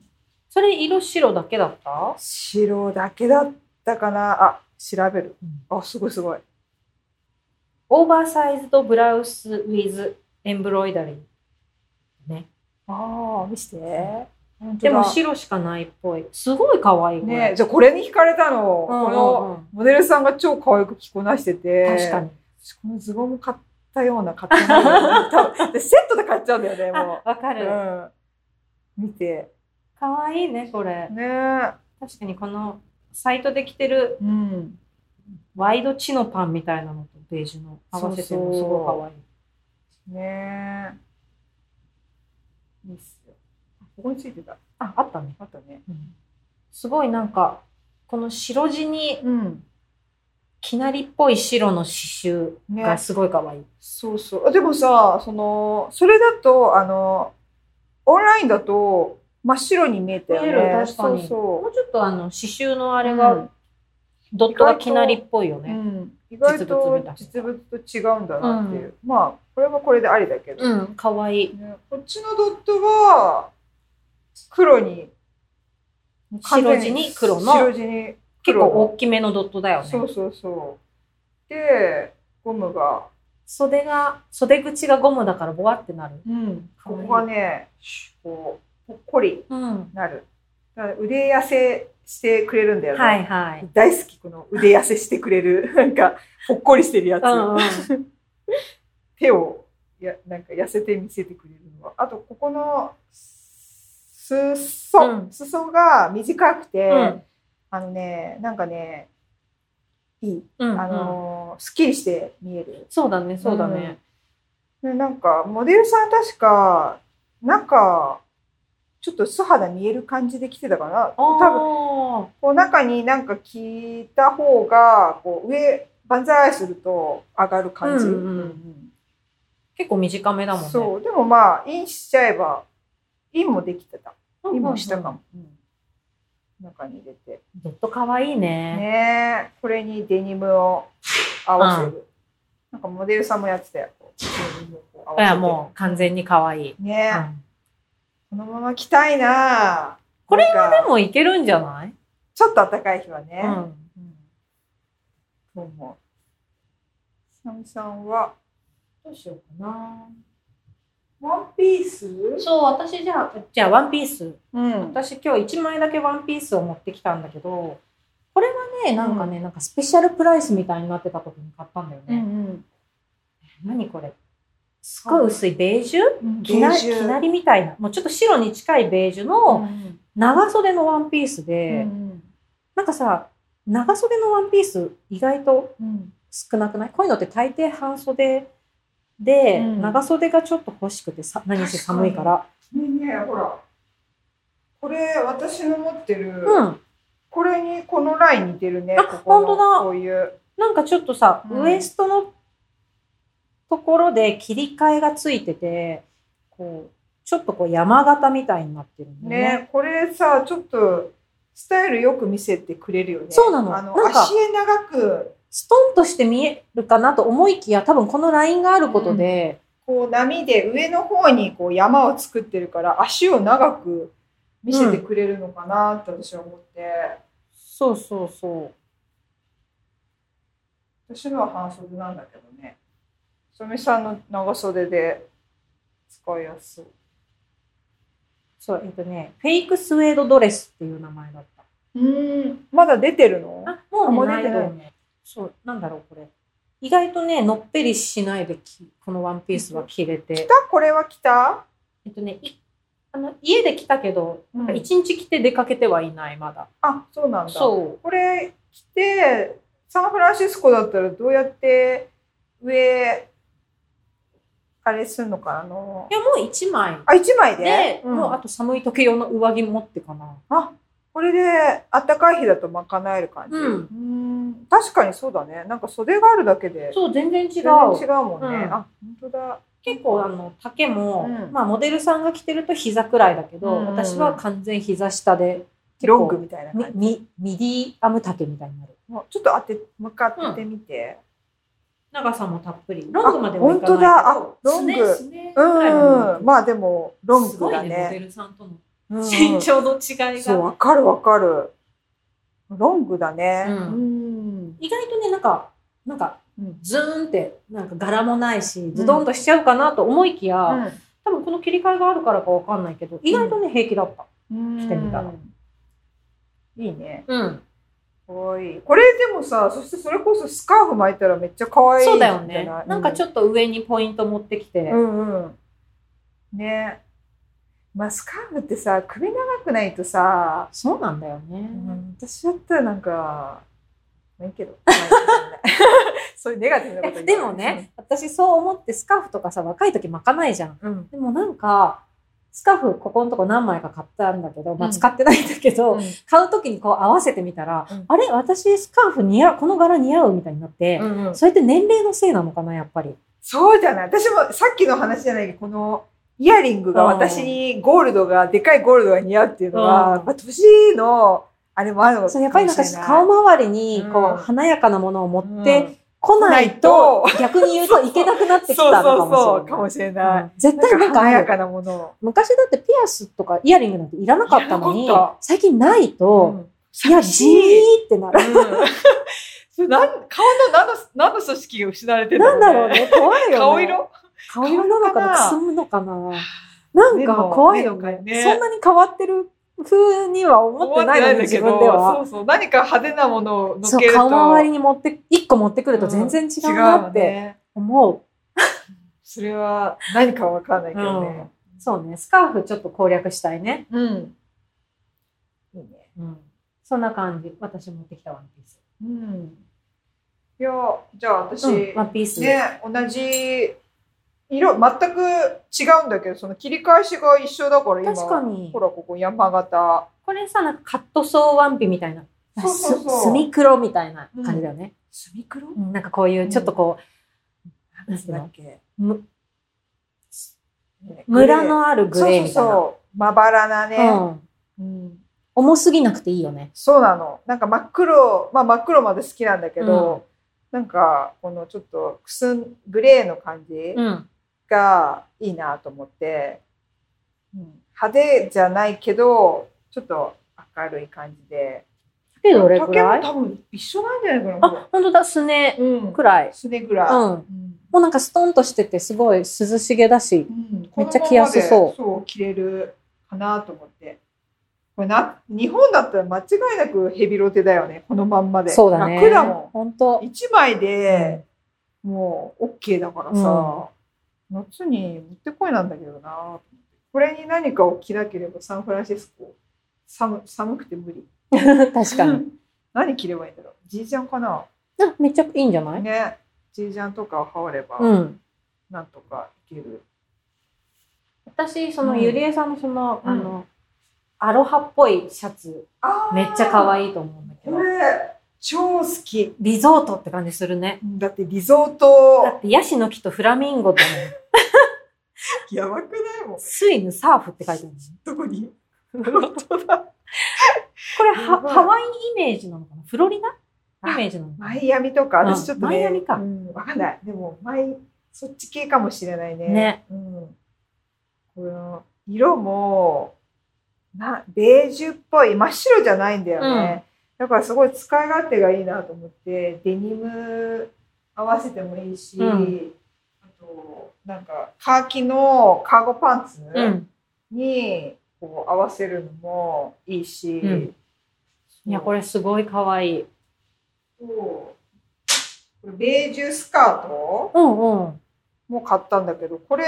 Speaker 2: それ色白だけだった
Speaker 1: 白だけだったかなあ調べる、あすごいすごい
Speaker 2: オーバーサイズドブラウス with エンブロイダリー。
Speaker 1: ああ、見して。
Speaker 2: で
Speaker 1: で
Speaker 2: も
Speaker 1: も
Speaker 2: 白しかないっぽい。すごい可愛いこれ
Speaker 1: ねじゃあこれに惹かれたの。
Speaker 2: うんうんうん
Speaker 1: このモデルさんが超可愛く着こなしてて。
Speaker 2: 確かに。
Speaker 1: 私このズボンも買ったような、買ってないような。多分でセットで買っちゃうんだ よね、
Speaker 2: あ
Speaker 1: も
Speaker 2: わか
Speaker 1: う。
Speaker 2: る。
Speaker 1: うん。見て。
Speaker 2: 可愛いね、これ。
Speaker 1: ねえ。
Speaker 2: 確かにこのサイトで着てる
Speaker 1: うん。
Speaker 2: ワイドチノパンみたいなのとベージュの合わせてるのすごい可愛い。
Speaker 1: ねえ。いいっすよ。あここについてた。
Speaker 2: あ、あったね。
Speaker 1: あったね。
Speaker 2: すごいなんか、この白地に
Speaker 1: うん。
Speaker 2: きなりっぽい白の刺繍がすごい可愛い。
Speaker 1: そうそう。あでもさ、その、それだと、あの、オンラインだと真っ白に見えたよね。
Speaker 2: 見える確かに
Speaker 1: そうそう
Speaker 2: もうちょっとあの刺繍のあ
Speaker 1: あ
Speaker 2: れが、ドットがきなりっぽいよね。
Speaker 1: 意外
Speaker 2: 実物
Speaker 1: と
Speaker 2: みたいな
Speaker 1: 実物と違うんだなっていう、まあこれはこれでありだけど、
Speaker 2: うん、可愛い。
Speaker 1: ねこっちのドットは黒に
Speaker 2: 白地に黒の
Speaker 1: 白地に
Speaker 2: 結構大きめのドットだよね。
Speaker 1: そうそうそう。で、ゴムが、
Speaker 2: 袖が、袖口がゴムだからボワってなる。
Speaker 1: うん、ここがね、こう、ぽっこり
Speaker 2: うん。
Speaker 1: なる。だから腕痩せしてくれるんだよね。
Speaker 2: はいはい。
Speaker 1: 大好き、この腕痩せしてくれる、 なんか、ぽっこりしてるやつ。
Speaker 2: うんうん。
Speaker 1: 手をやなんか痩せて見せてくれるのはあとここのすそ、
Speaker 2: うん
Speaker 1: 裾が短くて、
Speaker 2: うん
Speaker 1: あのねなんかねいい、
Speaker 2: うん
Speaker 1: あのーすっきりして見える
Speaker 2: そうだね、そうだね。
Speaker 1: でなんかモデルさん確かなんかちょっと素肌見える感じで着てたかな多分
Speaker 2: 多
Speaker 1: こう中になんか着た方がこう上万歳すると上がる感じ、
Speaker 2: うんうん結構短めだもんね。
Speaker 1: そうでもまあインしちゃえばインもできてた
Speaker 2: うんうん
Speaker 1: イ
Speaker 2: う
Speaker 1: ン
Speaker 2: ん
Speaker 1: もしたかも、うん中に入れて
Speaker 2: ドット可愛いね。
Speaker 1: ねえこれにデニムを合わせる、なんかモデルさんもやってたよこうデニムをこう合わ
Speaker 2: い
Speaker 1: せ
Speaker 2: や、
Speaker 1: て
Speaker 2: もう完全に可愛い。
Speaker 1: ね
Speaker 2: う
Speaker 1: え、
Speaker 2: ん
Speaker 1: このまま着たいな
Speaker 2: これ
Speaker 1: は
Speaker 2: でもいけるんじゃない
Speaker 1: ちょっと暖かい日はね、
Speaker 2: うん。
Speaker 1: うんと思うサムさんはどうしようかなワンピース
Speaker 2: そう、私じゃあ、じゃあワンピース。
Speaker 1: うん
Speaker 2: 私今日1枚だけワンピースを持ってきたんだけど、これはね、なんかね、なんかスペシャルプライスみたいになってた時に買ったんだよ
Speaker 1: う
Speaker 2: ね。
Speaker 1: ん
Speaker 2: 何これすっごい薄いベージュ
Speaker 1: うん
Speaker 2: きな
Speaker 1: ベージュ
Speaker 2: きなりみたいな。もうちょっと白に近いベージュの
Speaker 1: ん
Speaker 2: 長袖のワンピースで、なんかさ、長袖のワンピース意外と
Speaker 1: うん
Speaker 2: 少なくないこういうのって大抵半袖で、
Speaker 1: うん
Speaker 2: 長袖がちょっと欲しくてさ何せ寒いから
Speaker 1: ねえねえほらこれ私の持ってる、
Speaker 2: うん
Speaker 1: これにこのライン似てるね
Speaker 2: あ
Speaker 1: ここの
Speaker 2: 本当だ
Speaker 1: こういう
Speaker 2: なんかちょっとさ、
Speaker 1: うん
Speaker 2: ウエストのところで切り替えがついててこうちょっとこう山形みたいになってるんだ
Speaker 1: ね
Speaker 2: よね
Speaker 1: これさちょっとスタイルよく見せてくれるよね
Speaker 2: そうなの
Speaker 1: あの
Speaker 2: なんか
Speaker 1: 足柄長く
Speaker 2: ストンとして見えるかなと思いきや多分このラインがあることで、
Speaker 1: こう波で上の方にこう山を作ってるから足を長く見せてくれるのかなって私は思って、
Speaker 2: そうそうそう
Speaker 1: 私のは半袖なんだけどね染めさんの長袖で使いやすい
Speaker 2: そうえっとねフェイクスウェードドレスっていう名前だった
Speaker 1: うんまだ出てるの
Speaker 2: あ、もう、
Speaker 1: もう
Speaker 2: 出
Speaker 1: 出
Speaker 2: て
Speaker 1: て
Speaker 2: な
Speaker 1: ない
Speaker 2: いね。そう、なんだろう、これ。意外とね、のっぺりしないでき、このワンピースは着れ
Speaker 1: 来
Speaker 2: て。
Speaker 1: たこれは来た
Speaker 2: えっとね、いあの家で着たけど、
Speaker 1: うん
Speaker 2: なんか一日着て出かけてはいない、まだ。
Speaker 1: あそうなんだ
Speaker 2: そ
Speaker 1: これ着てサンフランシスコだったらどうやって上あれすんのかなあの
Speaker 2: う。いや、もう一枚。
Speaker 1: あ一枚で
Speaker 2: で、
Speaker 1: うん
Speaker 2: もうあと寒い時用の上着持ってかな。
Speaker 1: あこれで暖かい日だと賄える感じ、
Speaker 2: うん
Speaker 1: ん確かにそうだねなんか袖があるだけで
Speaker 2: そう、全然違う。
Speaker 1: 全然違うもんね、
Speaker 2: うん
Speaker 1: あ本当だ
Speaker 2: 結構あの丈も、
Speaker 1: うん
Speaker 2: まあモデルさんが着てると膝くらいだけど、
Speaker 1: うん
Speaker 2: 私は完全膝下で結構
Speaker 1: ロングみたいな
Speaker 2: み
Speaker 1: 感じ
Speaker 2: みミディアム丈みたいになる
Speaker 1: もうちょっと当て向かってみて、
Speaker 2: 長さもたっぷりロングまではい
Speaker 1: 本
Speaker 2: かな
Speaker 1: 当
Speaker 2: いけど
Speaker 1: だあロング
Speaker 2: すねすね
Speaker 1: う
Speaker 2: ぐらいの
Speaker 1: ん、まあでもロングだ
Speaker 2: すごいね、モデ
Speaker 1: ね
Speaker 2: ルさんとの
Speaker 1: うんうん
Speaker 2: 身長の違いが。
Speaker 1: そう、わかるわかる。ロングだね。うん。
Speaker 2: 意外とね、なんか、なんか、
Speaker 1: うん。
Speaker 2: ズーンって、なんか柄もないし、ズドンとしちゃうかなと思いきや、多分この切り替えがあるからかわかんないけど、意外とね、平気だった。
Speaker 1: うん
Speaker 2: 着てみたら
Speaker 1: いいね。
Speaker 2: うん。
Speaker 1: かわいい。これでもさ、そしてそれこそスカーフ巻いたらめっちゃ可愛い
Speaker 2: そうだよね。なんかち
Speaker 1: ょっ
Speaker 2: ょっと上にポイント持ってきて、
Speaker 1: うんうん。ね。まあスカーフってさ、首長くないとさ、
Speaker 2: そうなんだよ
Speaker 1: う
Speaker 2: ね。
Speaker 1: ん私だったらなんか、まあいいけ ど。そういうネガティブなこと
Speaker 2: え
Speaker 1: 言う
Speaker 2: でもね、、私そう思ってスカーフとかさ、若い時巻かないじゃん。
Speaker 1: うん。
Speaker 2: でもなんか、スカーフここのとこ何枚か買ったんだけど、まあ
Speaker 1: うん
Speaker 2: 使ってないんだけど、買う時にこう合わせてみたら、
Speaker 1: うん
Speaker 2: あれ私スカーフ似合う、この柄似合うみたいになって、
Speaker 1: うんうん
Speaker 2: それって年齢のせいなのかな、やっぱり。
Speaker 1: そうじゃない。私もさっきの話じゃないけど、このイヤリングが私にゴールドが、でかいゴールドが似合うっていうの
Speaker 2: うん
Speaker 1: は、やっぱ年の、あれもあるの
Speaker 2: そうやっぱりなんか顔
Speaker 1: も
Speaker 2: 周りにこう、
Speaker 1: うん
Speaker 2: 華やかなものを持って、こない
Speaker 1: うん
Speaker 2: と
Speaker 1: こな、
Speaker 2: 逆に言うといけなくなって
Speaker 1: そう
Speaker 2: きたの
Speaker 1: そう
Speaker 2: かもしれ
Speaker 1: そう、
Speaker 2: ない。
Speaker 1: かもしれな
Speaker 2: う
Speaker 1: い。
Speaker 2: ん絶対
Speaker 1: な
Speaker 2: なん
Speaker 1: か
Speaker 2: んか
Speaker 1: 華
Speaker 2: あ
Speaker 1: や
Speaker 2: る
Speaker 1: かなものを。
Speaker 2: 昔だってピアスとかイヤリングなんていらなかったの
Speaker 1: い
Speaker 2: に
Speaker 1: らなかった、
Speaker 2: 最近ないと、
Speaker 1: うん
Speaker 2: いや、地味ってなる。
Speaker 3: そ れなん顔の何の何の組織が失われてる
Speaker 2: なんだろうね、怖いよね。
Speaker 3: 顔色
Speaker 2: 顔色なのかな、くすむのかな。なん
Speaker 3: 目
Speaker 2: か
Speaker 3: の
Speaker 2: 怖いよね
Speaker 3: 目のね
Speaker 2: そんなに変わってる風には思ってないのね、自分で
Speaker 3: そ
Speaker 2: は。
Speaker 3: うそう何か派手なものを乗
Speaker 2: そ
Speaker 3: っけ
Speaker 2: う、
Speaker 3: ると
Speaker 2: 顔周りに持って、一個持ってくると全然違うなって
Speaker 3: ね、
Speaker 2: 思う。
Speaker 3: それは何かわかんないけどね、
Speaker 2: そうね、スカーフちょっと攻略したいね。
Speaker 3: うんいいね
Speaker 2: うん。そんな感じ。私持ってきたワンピース。
Speaker 3: うん
Speaker 1: いやじゃあ私、
Speaker 2: うん、ワンピース。
Speaker 1: ね同じ色全く違うんだけどその切り返しが一緒だから今
Speaker 2: 確かに
Speaker 1: ほ。らここ山形
Speaker 2: これさ、なんかカットソーワンピみたいな。
Speaker 1: そうそうそう
Speaker 2: すスミクロみたいな感じだよね。
Speaker 3: スミクロ
Speaker 2: うんなんかこういう、ちょっとこう、なんていう
Speaker 1: だっ
Speaker 2: の、
Speaker 1: け
Speaker 2: む村のあるグ
Speaker 1: グ
Speaker 2: レ
Speaker 1: レ
Speaker 2: ー
Speaker 1: ーそうそう
Speaker 2: みたいな。
Speaker 1: そうまばらなね、
Speaker 2: うん。重すぎなくていいよね。
Speaker 1: そうなのなんか真っ黒まあ真っ黒まで好きなんだけど、なんかこのちょっとくすんグレーの感じ
Speaker 2: うん。
Speaker 1: がいいなと思って、うん派手じゃないけどちょっと明るい感じで
Speaker 2: で、どれくらい
Speaker 3: 丈も多分一緒なんじゃないかな
Speaker 2: あ、本当だ、すね
Speaker 3: うん
Speaker 2: くらい。
Speaker 1: すねぐらい、
Speaker 2: うん。も
Speaker 3: うん
Speaker 2: うなんかストンとしてて、すごい涼しげだし。
Speaker 1: うん
Speaker 2: めっちゃ着やすそう
Speaker 1: このままでそう着れるかなと思ってこれな日本だったら間違いなくヘビロテだよねこのまんまで
Speaker 2: そうだね。
Speaker 1: 楽だも
Speaker 2: 本当
Speaker 1: ん。1枚でもう OK だからさ、夏にもってこいなんだけどなこれに何かを着なければサンフランシスコ寒寒くて無理
Speaker 2: 確かに。
Speaker 1: 何着ればいいんだろうジージャンかな
Speaker 2: あめっちゃいいんじゃない、
Speaker 1: ねジージャンとかを羽織れば
Speaker 2: うん。
Speaker 1: なんとかいける、
Speaker 2: 私、その
Speaker 1: うん
Speaker 2: ゆりえさんのその、
Speaker 1: うん
Speaker 2: あの、アロハっぽいシャツ、
Speaker 1: あー
Speaker 2: めっちゃ可愛いと思うんだけど
Speaker 1: こ。れ超好き
Speaker 2: リゾートって感じするね。
Speaker 1: だってリゾー
Speaker 2: だ
Speaker 1: ト
Speaker 2: って、ヤシの木とフラミンゴとね、
Speaker 1: やばくないもん
Speaker 2: スイムサーフって書いてあるんですよ
Speaker 1: どこに 本当だ
Speaker 2: これ
Speaker 1: や
Speaker 2: は、
Speaker 1: ばい
Speaker 2: ハワイイメージなのかなフロリダイメージなのかな
Speaker 1: マイアミとか
Speaker 2: うん
Speaker 1: 私ちょっとね
Speaker 2: マイアミか
Speaker 1: うん、わかんないでもマイそっち系かもしれないね
Speaker 2: ね
Speaker 1: うん、この色もなベージュっぽい真っ白じゃないんだよね、だからすごい使い勝手がいいなと思ってデニム合わせてもいいし、
Speaker 2: うん
Speaker 1: あとなんかカーキのカーゴパンツ、
Speaker 2: うん。
Speaker 1: にこう合わせるのもいいし、
Speaker 2: うんいや、これすごい可愛い。
Speaker 1: そうこれベージュスカート
Speaker 2: うんうん。
Speaker 1: も買ったんだけどこれ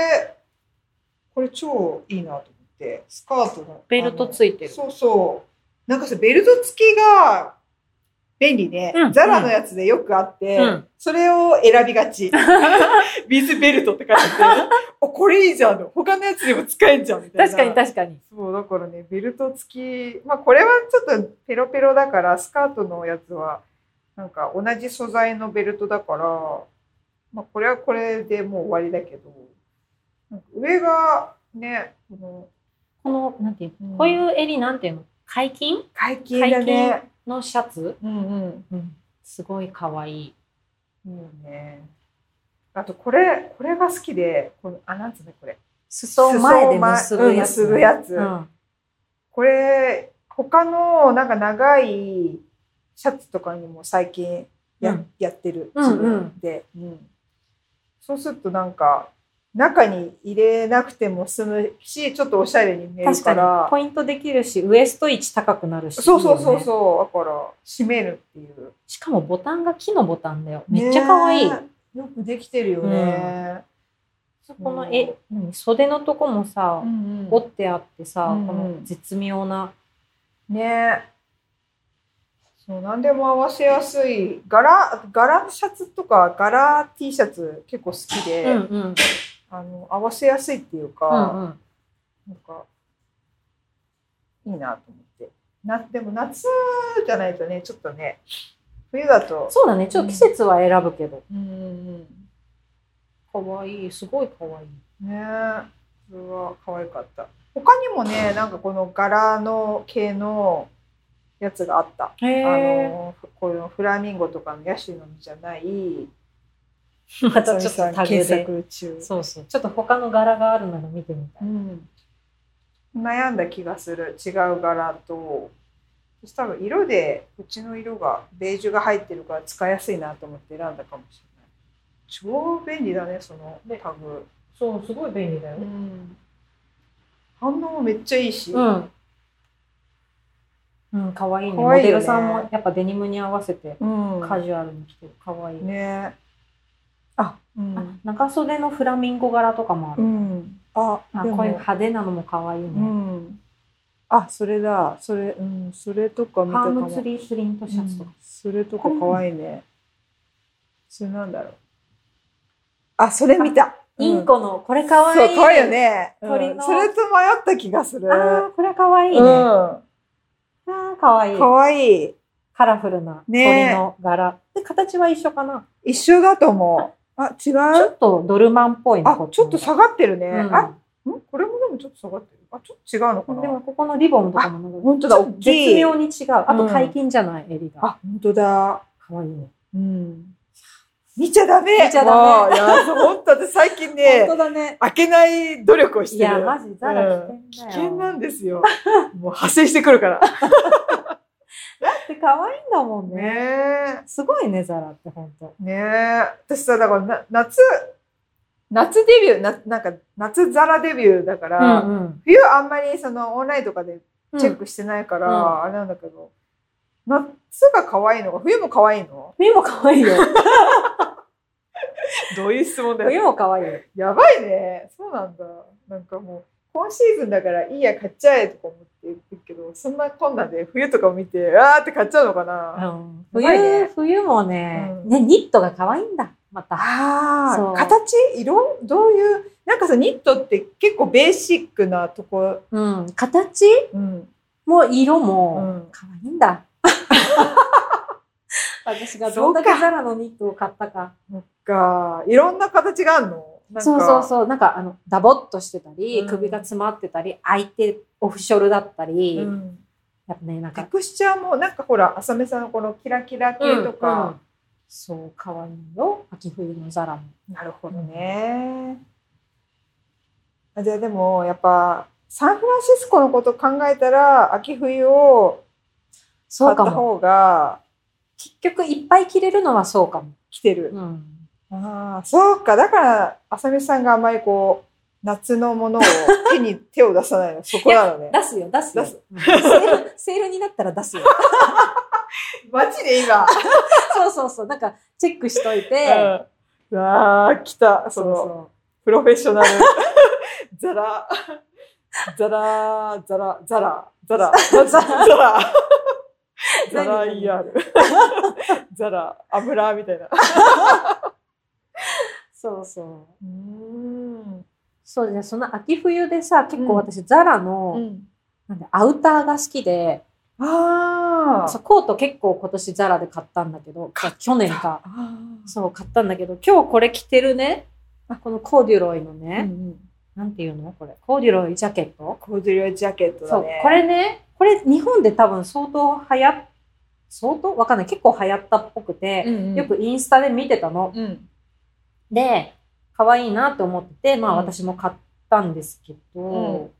Speaker 1: これ超いいなと思ってスカートの
Speaker 2: ベルトついて
Speaker 1: あの
Speaker 2: る。
Speaker 1: そうそうなんかさベルト付きが便利ね、
Speaker 2: うん
Speaker 1: ザラのやつでよくあって、
Speaker 2: うん
Speaker 1: それを選びがちビズベルトって書いてあっ ておこれいいじゃん他のやつでも使えんじゃんみたいな
Speaker 2: 確かに確かに。
Speaker 1: そう、だからね、ベルト付き、まあこれはちょっとペロペロだから、スカートのやつは、なんか同じ素材のベルトだから、まあこれはこれでもう終わりだけど、なんか上がね、この、
Speaker 2: この、なんていうの、
Speaker 1: うん
Speaker 2: こういう襟なんていうの解禁
Speaker 1: 解禁だね。
Speaker 2: のシャツ
Speaker 1: うんうん。
Speaker 2: すごい可愛い。
Speaker 1: いいよね。あとこれ、これが好きで、このあ、なんつうのこれ。
Speaker 2: 裾を前で結ぶやつ。
Speaker 1: 裾を前うん結ぶやつ
Speaker 2: うん
Speaker 1: これ、他のなんか長いシャツとかにも最近や,、
Speaker 2: うん
Speaker 1: やってる。
Speaker 2: うんうん
Speaker 1: 自分で、そうするとなんか、中に入れなくても済むし、ちょっとおしゃれに見える
Speaker 2: 確
Speaker 1: か
Speaker 2: かに、
Speaker 1: ら。
Speaker 2: ポイントできるし、ウエスト位置高くなるし。
Speaker 1: そうそうそう
Speaker 2: いいよね
Speaker 1: そう。だから、締めるっていう。
Speaker 2: しかもボタンが木のボタンだよ。めっちゃ可愛い。
Speaker 1: ねえよくできてるよね。
Speaker 2: そこの、え、何袖のとこもさ、
Speaker 1: ん
Speaker 2: 折ってあってさ、
Speaker 1: うん
Speaker 2: この絶妙な。
Speaker 1: ねえそう何でも合わせやすい柄柄シャツとか柄 T シャツ結構好きで、
Speaker 2: うんうん。
Speaker 1: あの合わせやすいっていう
Speaker 2: う
Speaker 1: か、
Speaker 2: んうん。
Speaker 1: なんかいいなと思ってなでも夏じゃないとねちょっとね冬だと
Speaker 2: そうだね。ちょっと季節は選ぶけど。
Speaker 1: うん
Speaker 2: 可愛い。すごい可愛い。
Speaker 1: ねえそれは可愛かった他にもねなんかこの柄の系のやつがあった
Speaker 2: へ
Speaker 1: あ
Speaker 2: え。
Speaker 1: のこのフラミンゴとかのヤシの実じゃない
Speaker 2: またちょっとタ
Speaker 1: 検
Speaker 2: グで。
Speaker 1: 索中、
Speaker 2: そうそう。ちょっと他の柄があるなら見てみたい。
Speaker 1: うん悩んだ気がする違う柄とそしたら色でうちの色がベージュが入ってるから使いやすいなと思って選んだかもしれない超便利だねその
Speaker 2: ね
Speaker 1: タグ、
Speaker 2: そう、すごい便利だよ。
Speaker 1: 反応もめっちゃいいし、
Speaker 2: うん。うん、かわいいね。
Speaker 1: 可愛いよね
Speaker 2: モデルさんもやっぱデニムに合わせて
Speaker 1: うん
Speaker 2: カジュアルに着てる。かわいい。
Speaker 1: ねあうん
Speaker 2: あ中袖のフラミンゴ柄とかもあ
Speaker 1: う
Speaker 2: る。
Speaker 1: んあ
Speaker 2: あ
Speaker 1: でも
Speaker 2: こういう派手なのもかわいいね。
Speaker 1: うんあそれだそれうんそれとか見た
Speaker 2: パ
Speaker 1: か
Speaker 2: ー
Speaker 1: も
Speaker 2: ムツリースリントシャツとか。
Speaker 1: それとか可愛いね。それなんだろう。あ、それ見た。
Speaker 2: インコの、これかわいい。
Speaker 1: そう、可愛いよ。ね。うん
Speaker 2: 鳥の
Speaker 1: それと迷った気がする。
Speaker 2: ああ、これかわいいね。
Speaker 1: うん。
Speaker 2: ああ、かわいい。
Speaker 1: 可愛い
Speaker 2: カラフルな
Speaker 1: ね
Speaker 2: 鳥の柄。で、形は一緒かな。
Speaker 1: 一緒だと思う。あ、違
Speaker 2: ちょ
Speaker 1: う
Speaker 2: っとドルマンっぽいね
Speaker 1: あ、ちょっと下がってるね。
Speaker 2: ね。うん
Speaker 1: あ、んこれもでもちょっと下がってる。あ、ちょっと違うのか
Speaker 2: でも
Speaker 1: な
Speaker 2: ここのリボンとかもなんか
Speaker 1: 本当だ
Speaker 2: ちょっと
Speaker 1: 大きい
Speaker 2: 絶妙に違う。あ
Speaker 1: う
Speaker 2: と
Speaker 1: ん
Speaker 2: 解禁じゃない、襟が。
Speaker 1: あ、本当だ。
Speaker 2: 可愛いね。
Speaker 1: うん。見ちゃダメ
Speaker 2: 見ちゃダメ
Speaker 1: もういや、本当私最近ね、
Speaker 2: 当だね。
Speaker 1: 開けない努力をし
Speaker 2: い
Speaker 1: てる。
Speaker 2: や、マジザラ危
Speaker 1: 危
Speaker 2: 険だよ。
Speaker 1: 険なん
Speaker 2: だ
Speaker 1: ですよ。もう派生してくるから。
Speaker 2: って可愛いんだもんね。
Speaker 1: ね
Speaker 2: すごいね、ザラって本当。
Speaker 1: え。ねえ。私さ、だからな夏、夏デビュー、ななんか夏ザラデビューだから、
Speaker 2: うん
Speaker 1: 冬あんまりそのオンラインとかで
Speaker 2: うん。
Speaker 1: チェックしてないから、
Speaker 2: うん
Speaker 1: あれなんだけど、夏が可愛いのか、冬も可愛いの
Speaker 2: 冬も可愛いよ。
Speaker 1: どういう質問だ
Speaker 2: 冬
Speaker 1: よ。
Speaker 2: も可愛いよ。
Speaker 1: やばいね。そうなんだ。なんかもう、今シーズンだからいいや、買っちゃえとか思って言ってるけど、そんなこんなで冬とかを見て、あーって買っちゃうのかな。
Speaker 2: うん
Speaker 1: やばい
Speaker 2: 冬
Speaker 1: ね、
Speaker 2: 冬もね、
Speaker 1: うん
Speaker 2: ね、ニットが可愛いんだ。また。そ
Speaker 1: ああ、
Speaker 2: う
Speaker 1: 形色どういう、なんかさ、ニットって結構ベーシックなとこ、
Speaker 2: うん。形
Speaker 1: うん、
Speaker 2: も色
Speaker 1: う
Speaker 2: も
Speaker 1: ん。
Speaker 2: 可愛いんだ。 私がどんだけザラのニットを買ったか。
Speaker 1: が、いろんな形があるのなんか
Speaker 2: そうそうそう。なんか、あの、ダボっとしてたり、
Speaker 1: うん
Speaker 2: 首が詰まってたり、開いて、オフショルだったり、
Speaker 1: うん
Speaker 2: やっぱね、なん
Speaker 1: テ
Speaker 2: か、
Speaker 1: クスチャーも、なんかほら、浅めさんのこのキラキラ系と
Speaker 2: う
Speaker 1: か
Speaker 2: ん、そう、可愛いよ。秋冬のザラも。
Speaker 1: なるほどね。あじゃあでも、やっぱ、サンフランシスコのこと考えたら、秋冬を
Speaker 2: そ
Speaker 1: 買
Speaker 2: う
Speaker 1: っ
Speaker 2: か
Speaker 1: た
Speaker 2: も。
Speaker 1: 方が
Speaker 2: 結局、いっぱい着れるのはそうかも。
Speaker 1: 来てる。
Speaker 2: うん。
Speaker 1: ああ、そうか。だから、浅見さんがあまりこう、夏のものを手 に手を出さないの、そこなのね。
Speaker 2: 出すよ、出すよ。
Speaker 1: 出す
Speaker 2: うんセール、 セールになったら出すよ。
Speaker 1: マジで今。
Speaker 2: そうそうそう。なんか、チェックしといて、
Speaker 1: うん、わあ、来た。そ
Speaker 2: そう
Speaker 1: の、
Speaker 2: そ
Speaker 1: プロフェッショナル。 ザラ、ザラ、ザラ、ザラ、ザラ、ザラ、ザラ、ザラ
Speaker 2: 何
Speaker 1: ER。ザラ、油みたいな。
Speaker 2: う。そうそう。
Speaker 1: うん。
Speaker 2: そうね、その秋冬でさ、結構
Speaker 1: うん
Speaker 2: 私、ザラの、
Speaker 1: うん。
Speaker 2: なんでアウターが好きで、
Speaker 1: ああ。
Speaker 2: そうコート結構今年ザラで買ったんだけど、去年か。
Speaker 1: あー
Speaker 2: そう、買ったんだけど、今日これ着てるね、あこのコーデュロイの
Speaker 1: うんう
Speaker 2: ね、
Speaker 1: ん。
Speaker 2: なんていうのこれ、コーデュロイジャケット、
Speaker 1: コーデュロイジャケット
Speaker 2: そ
Speaker 1: だ
Speaker 2: う
Speaker 1: ね。、
Speaker 2: これね、これ日本で多分相当流行っ、相当わかんない。結構流行ったっぽくて、よくインスタで見てたの。
Speaker 1: うん、
Speaker 2: で、可愛いなって思ってて、まあ
Speaker 1: うん
Speaker 2: 私も買ったんですけど、
Speaker 1: うん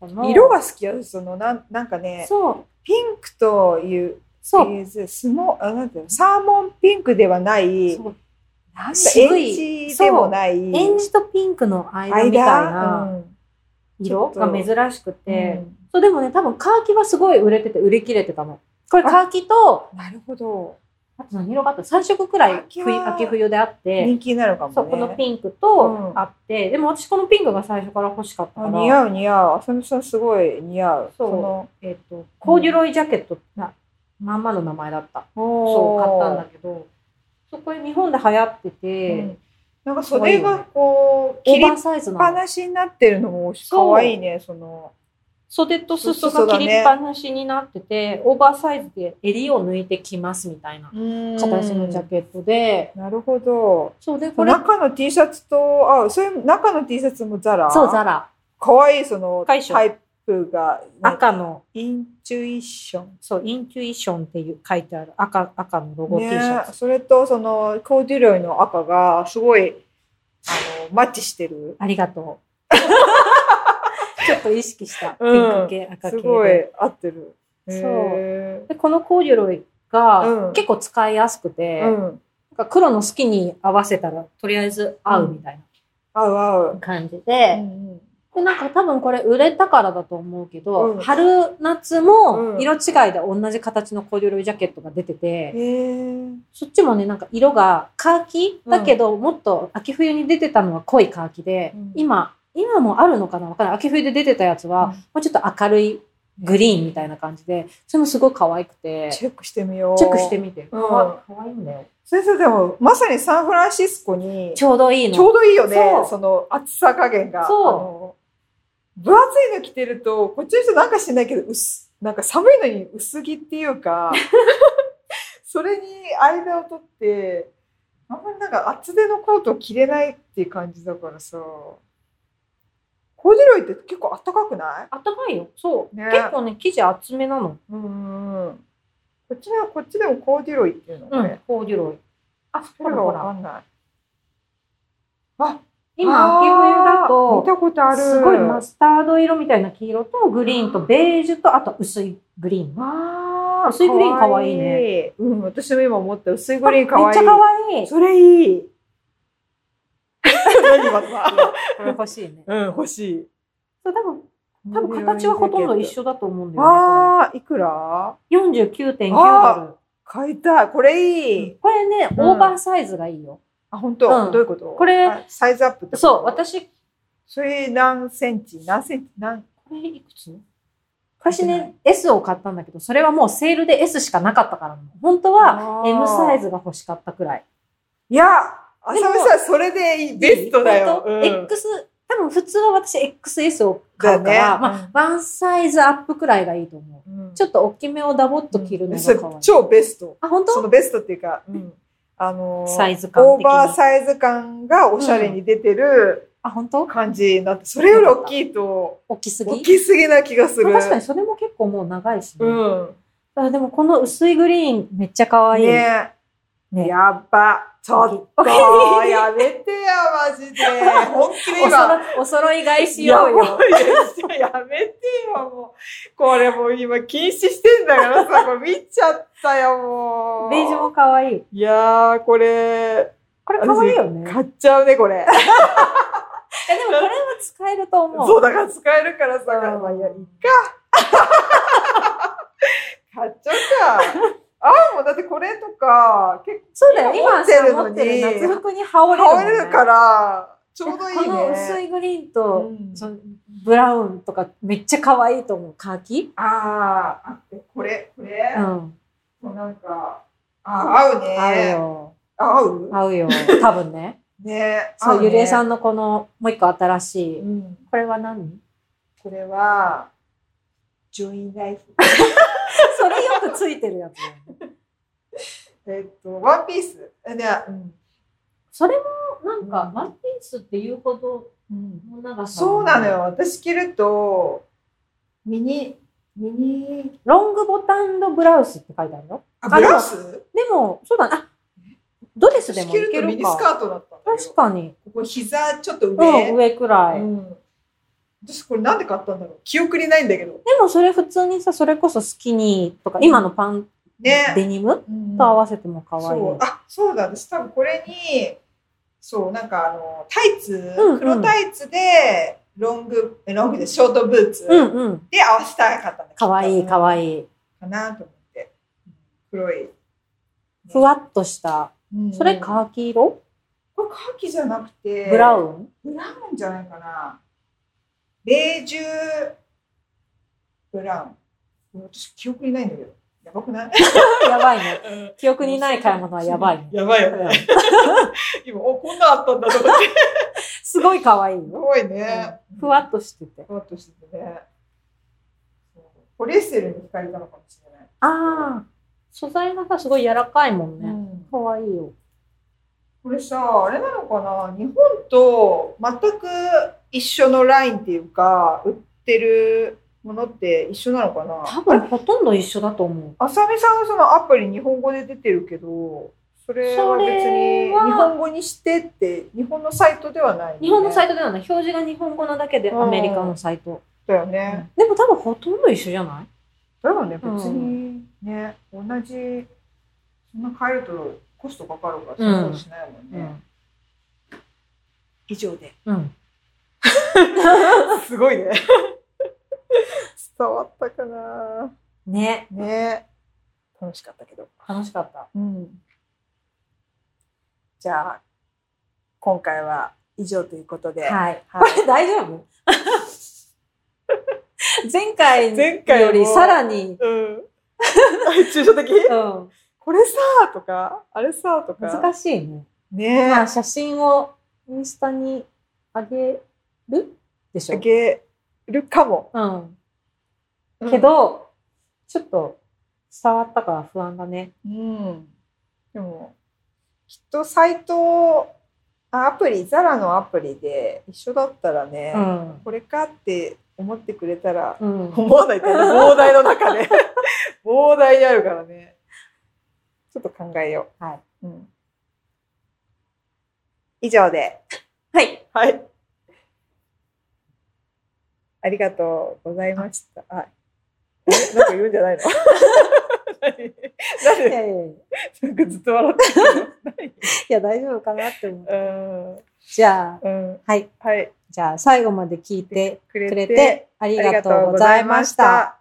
Speaker 2: この
Speaker 1: 色が好きよそのなんなんかね
Speaker 2: そう、
Speaker 1: ピンクという
Speaker 2: そう、
Speaker 1: えースモあなんていうのサーモンピンクではない
Speaker 2: そう
Speaker 1: なんだ
Speaker 2: 渋い
Speaker 1: エンジでもない
Speaker 2: エンジとピンクの間みたいな
Speaker 1: 間
Speaker 2: 色が珍しく
Speaker 1: うん
Speaker 2: て、そうでもね、多分カーキはすごい売れてて、売り切れてたの。これカーキと、
Speaker 1: うんなるほど
Speaker 2: あと何色があった ?3 色くら
Speaker 1: カ
Speaker 2: い
Speaker 1: ーキは
Speaker 2: 冬秋冬であって、
Speaker 1: 人気になるかもね
Speaker 2: そう、このピンク
Speaker 1: う
Speaker 2: と
Speaker 1: ん
Speaker 2: あって、でも私このピンクが最初から欲しかったか
Speaker 1: あ
Speaker 2: ら、
Speaker 1: 似合う似合う浅見さんすごい似合う
Speaker 2: そう
Speaker 1: の
Speaker 2: えっ、と、コーデュロイジャケットな、まんまの名前だった。そう、買ったんだけど、そう、これ日本で流行ってて、
Speaker 1: うんなんか袖がこう
Speaker 2: オ
Speaker 1: 切
Speaker 2: ー
Speaker 1: り
Speaker 2: バ
Speaker 1: っ
Speaker 2: ーサイズ
Speaker 1: ぱ
Speaker 2: なの。
Speaker 1: なしになってるのも
Speaker 2: そう
Speaker 1: 可愛いねその
Speaker 2: 袖と裾
Speaker 1: 裾
Speaker 2: が
Speaker 1: だ
Speaker 2: 切
Speaker 1: ね
Speaker 2: りっぱなしになってて、オーバーサイズで襟を抜いてきますみたいな形のジャケットで、
Speaker 1: なるほど
Speaker 2: そうで、これ、
Speaker 1: 中の T シャツと、あ、そういう中の T シャツもザラ
Speaker 2: そう、ザ。ラ。
Speaker 1: かわいい、そのタ
Speaker 2: 大将
Speaker 1: イプが、なんか
Speaker 2: 赤の、
Speaker 1: インチュイション。
Speaker 2: そう、インチュイションっていう書いてある赤、赤のロゴ T シャ
Speaker 1: ね
Speaker 2: ツ。、
Speaker 1: それと、その、コーデュロイの赤が、すごい、あの、マッチしてる。
Speaker 2: ありがと う。ちょっと意識した。ピ
Speaker 1: うん
Speaker 2: ンク系、赤系
Speaker 1: す
Speaker 2: で。
Speaker 1: ごい、合ってる。
Speaker 2: そう
Speaker 1: へ
Speaker 2: でこのコーデュロイが
Speaker 1: うん
Speaker 2: 結構使いやすくて、
Speaker 1: ーうん。
Speaker 2: なんか黒の好きに合わせたらとりあえず合うみたい
Speaker 1: 合う合
Speaker 2: な
Speaker 1: う。
Speaker 2: 感じ
Speaker 1: う
Speaker 2: で、
Speaker 1: ん
Speaker 2: でなんか多分これ売れたからだと思うけど、
Speaker 1: うん
Speaker 2: 春夏
Speaker 1: う
Speaker 2: も
Speaker 1: ん
Speaker 2: 色違いで同じ形のコーデュロイジャケットが出てて、
Speaker 1: へー
Speaker 2: そっちもねなんか色がカーキだけど、もっと秋冬に出てたのは濃いカーキで、
Speaker 1: うん
Speaker 2: 今今もあるのかなわからない秋冬で出てたやつは、
Speaker 1: うん
Speaker 2: もうちょっと明るいグリーンみたいな感じでそれもすごい可愛くてチ
Speaker 1: チェックしてみよう。
Speaker 2: ェックしてみて、か
Speaker 1: うん
Speaker 2: わ可愛いんだよ
Speaker 1: 先生でもまさにサンフランシスコに
Speaker 2: ちょうどいいの
Speaker 1: ちょうどいいよね
Speaker 2: そう
Speaker 1: その厚さ加減が
Speaker 2: そう
Speaker 1: あの分厚いの着てるとこっちの人なんか知んないけど薄なんか寒いのに薄着っていう かそれに間を取ってあんまりなんか厚手のコートを着れないっていう感じだからさコーデュロイって結構あったかくない
Speaker 2: あったかいよそう、
Speaker 1: ね
Speaker 2: 結構ね生地厚めなの
Speaker 1: うんうんこっちでこっちでもコーデュロイっていうのこ
Speaker 2: う
Speaker 1: れ、
Speaker 2: んコーデュロイ
Speaker 1: あこれ
Speaker 2: ら
Speaker 1: が
Speaker 2: ほ
Speaker 1: わ
Speaker 2: ら
Speaker 1: かんない
Speaker 2: 今秋冬だ
Speaker 1: あー見
Speaker 2: と
Speaker 1: たことある
Speaker 2: すごいマスタード色みたいな黄色とグリーンとベージュとあと薄いグリーン
Speaker 1: ああ、
Speaker 2: 薄いグリーン可愛いね
Speaker 1: ね。うん、私も今思った。薄いグリーン可愛い。
Speaker 2: めっちゃ可愛い
Speaker 1: それいい。何今のは
Speaker 2: これ欲しいね
Speaker 1: うん、欲しい。
Speaker 2: そう多分多分形はほとんど一緒だと思うんだよね。
Speaker 1: ああ、いくら
Speaker 2: 49.9ド
Speaker 1: 買いたい。これいい。
Speaker 2: ル。これね、
Speaker 1: うん
Speaker 2: オーバーサイズがいいよ。
Speaker 1: あ、本
Speaker 2: うん
Speaker 1: 当どういうこと
Speaker 2: これ
Speaker 1: あサイズアップってこと
Speaker 2: そう、。私、
Speaker 1: それ何センチ何センチ何
Speaker 2: これいくつ私ね、S を買ったんだけど、それはもうセールで S しかなかったからなの、本当は
Speaker 1: あー
Speaker 2: M サイズが欲しかったくらい。
Speaker 1: いや、浅見さん、それでいい。ベストだよ。
Speaker 2: 本
Speaker 1: うん
Speaker 2: 当 X、多分普通は私 XS を買うか
Speaker 1: だ
Speaker 2: ら、
Speaker 1: よね
Speaker 2: まあ、ワンサイズアップくらいがいいと思う。
Speaker 1: うん
Speaker 2: ちょっと大きめをダボっと着るのが
Speaker 1: それ
Speaker 2: 可愛い。
Speaker 1: 超ベスト。
Speaker 2: あ、本
Speaker 1: そ
Speaker 2: 当
Speaker 1: のベストっていうか、うんあのー
Speaker 2: サイズ感的に
Speaker 1: オーバーサイズ感がおしゃれに出てる
Speaker 2: あ、本当
Speaker 1: 感じになって、それより大きいと
Speaker 2: 大きすぎ
Speaker 1: 大きすぎな気がする。
Speaker 2: まあ確かにそれも結構もう長いし、ね
Speaker 1: うん。
Speaker 2: あでもこの薄いグリーンめっちゃ可愛い。
Speaker 1: ね
Speaker 2: ね
Speaker 1: やっば。ちょっと、やめてよ、マジで。 本気で
Speaker 2: おそ
Speaker 1: 今。
Speaker 2: ろお揃い買いしよう
Speaker 1: や
Speaker 2: よ。
Speaker 1: ばいですよやめてよ、もう。これもう今禁止してんだから さ、これ見ちゃったよ、もう。
Speaker 2: ベージュも可愛い。
Speaker 1: いやー、これ、
Speaker 2: これ可愛いよね。いや
Speaker 1: 買っちゃうね、これ。
Speaker 2: でもこれは使えると思う。
Speaker 1: そうだから使えるからさ、
Speaker 2: うん
Speaker 1: まあいやいっか。買っちゃうか。 ああ、もうだってこれとか、結
Speaker 2: そうだよ。
Speaker 1: 持
Speaker 2: 今
Speaker 1: ってる
Speaker 2: さ
Speaker 1: の
Speaker 2: 持
Speaker 1: に
Speaker 2: ってる夏服に羽
Speaker 1: 構
Speaker 2: 織
Speaker 1: 買え
Speaker 2: れるもんね、
Speaker 1: るから、ちょうどいいね。
Speaker 2: この薄いグリーンと、
Speaker 1: うん
Speaker 2: そのブラウンとかめっちゃ可愛いと思う。カーキ。
Speaker 1: ああ、あって、これ、これ
Speaker 2: う、ん。
Speaker 1: もうなんか、あー合うね。
Speaker 2: 合うよ。
Speaker 1: 合う
Speaker 2: 合うよ。多分ね。
Speaker 1: ね。合
Speaker 2: そう、ゆりえさ
Speaker 1: ん。
Speaker 2: んのこのもう一個新しい。
Speaker 1: うん。
Speaker 2: これは何
Speaker 1: これは、ジョインライフ。
Speaker 2: それよくついてるやつだよね。
Speaker 1: えっと、ワンピース。えね、
Speaker 2: それもなんか
Speaker 1: う、ん
Speaker 2: ワンピースっていうほど
Speaker 1: うん。
Speaker 2: の長さ。
Speaker 1: そうなのよ。。私着ると、ミニ、ミニ、
Speaker 2: ロングボタンのブラウスって書いてあるよ。
Speaker 1: あ、
Speaker 2: あ
Speaker 1: ブラウス
Speaker 2: でも、そうだね。あ、ドレスで
Speaker 1: 私
Speaker 2: も
Speaker 1: 着
Speaker 2: い
Speaker 1: る
Speaker 2: け
Speaker 1: とミ
Speaker 2: る
Speaker 1: ニス
Speaker 2: か。
Speaker 1: カートだったんだけど。
Speaker 2: 確かに。
Speaker 1: ここ膝ちょっと上。
Speaker 2: うん、上くらい。
Speaker 1: うん私これなんで買ったんだろう記憶にないんだけど。
Speaker 2: でもそれ普通にさ、それこそスキニーとか、今のパン、
Speaker 1: ね。
Speaker 2: デニム
Speaker 1: うん
Speaker 2: と合わせても可愛い。
Speaker 1: そう。あ、そうだ。私多分これに、そう、なんかあの、タイツ
Speaker 2: うんうん、
Speaker 1: 黒タイツで、ロング、えロングでショートブーツ
Speaker 2: うんうん。
Speaker 1: で合わせたかったんだ
Speaker 2: 可愛い可
Speaker 1: い
Speaker 2: 愛い。
Speaker 1: かなと思って。黒い。
Speaker 2: ふわっとした。それ
Speaker 1: か
Speaker 2: カーキ色
Speaker 1: これカーキじゃなくて、
Speaker 2: ブラ
Speaker 1: ン。
Speaker 2: ウン
Speaker 1: ブラウンじゃないかな。ベージュ、ブラウン。私、記憶にないんだけど。やばくない
Speaker 2: やばいね。記憶にない買い物はやばいね。
Speaker 1: やばいよ
Speaker 2: う
Speaker 1: ね
Speaker 2: ん。
Speaker 1: 今、お、こんなあったんだと思って。
Speaker 2: すごい可愛い
Speaker 1: す
Speaker 2: よ。
Speaker 1: ごいね。
Speaker 2: ふわっとしてて。
Speaker 1: ふわっとしててね。そうポリエステルに惹かれたのかもしれない。
Speaker 2: ああ、素材がさ、すごい柔らかいもんね。
Speaker 1: うん
Speaker 2: 可愛いよ。
Speaker 1: これさ、あれなのかな日本と全く一緒のラインっていうか、売ってるものって一緒なのかな
Speaker 2: 多分ほとんど一緒だと思う。
Speaker 1: あさみさんはそのアプリ日本語で出てるけど、それは別
Speaker 2: それ
Speaker 1: に日
Speaker 2: は
Speaker 1: 本語にしてって、日本のサイトではない、
Speaker 2: 日本のサ
Speaker 1: イ
Speaker 2: イトではない。表示が日本語なだけで
Speaker 1: うん
Speaker 2: アメリカのサイト。
Speaker 1: トだよ
Speaker 2: で
Speaker 1: ね。
Speaker 2: も多分ほとんど一緒じゃない
Speaker 1: だよね、別にね、同じ、そんな変えるとコストかかるから、そんなことしないもんね。以上で。
Speaker 2: うん。
Speaker 1: すごいね。伝わったかな
Speaker 2: ね。
Speaker 1: ね楽しかったけど。
Speaker 2: 楽しかった。
Speaker 1: うん。じゃあ、今回は以上ということで。
Speaker 2: はい。
Speaker 1: はい
Speaker 2: これ大丈夫 前回
Speaker 1: 前回も
Speaker 2: よりさらに、
Speaker 1: うん。抽象的
Speaker 2: うん、
Speaker 1: これさーとか、あれさーとか。
Speaker 2: 難しいね。
Speaker 1: ね
Speaker 2: まあ、写真をインスタに上げるでし
Speaker 1: あ
Speaker 2: ょ。
Speaker 1: げるかも。
Speaker 2: うん。け、ど、ちょっと伝わったか不安だね。
Speaker 1: うん。
Speaker 4: でも、きっとサイト、あアプリ、ザラのアプリで一緒だったらね、
Speaker 2: ん。
Speaker 4: これかって思ってくれたら、
Speaker 2: うん。
Speaker 1: 思わな いとね、膨大の中で。膨大にあるからね。
Speaker 4: ちょっと考えよ
Speaker 2: はい。
Speaker 4: う。うん、以上で、
Speaker 2: はい。
Speaker 1: はい。
Speaker 4: ありがとうございました。あ
Speaker 1: えなんか言うんじゃないの 何
Speaker 2: い
Speaker 1: 何
Speaker 2: やい やいやい
Speaker 1: なんかずっと笑って
Speaker 2: や、大丈夫かなって思う。
Speaker 1: る。うん。
Speaker 2: じゃあ、
Speaker 1: うん。
Speaker 2: はい。
Speaker 1: はい。
Speaker 2: じゃあ、最後まで聞いて
Speaker 1: く
Speaker 2: くれてありがとうございました。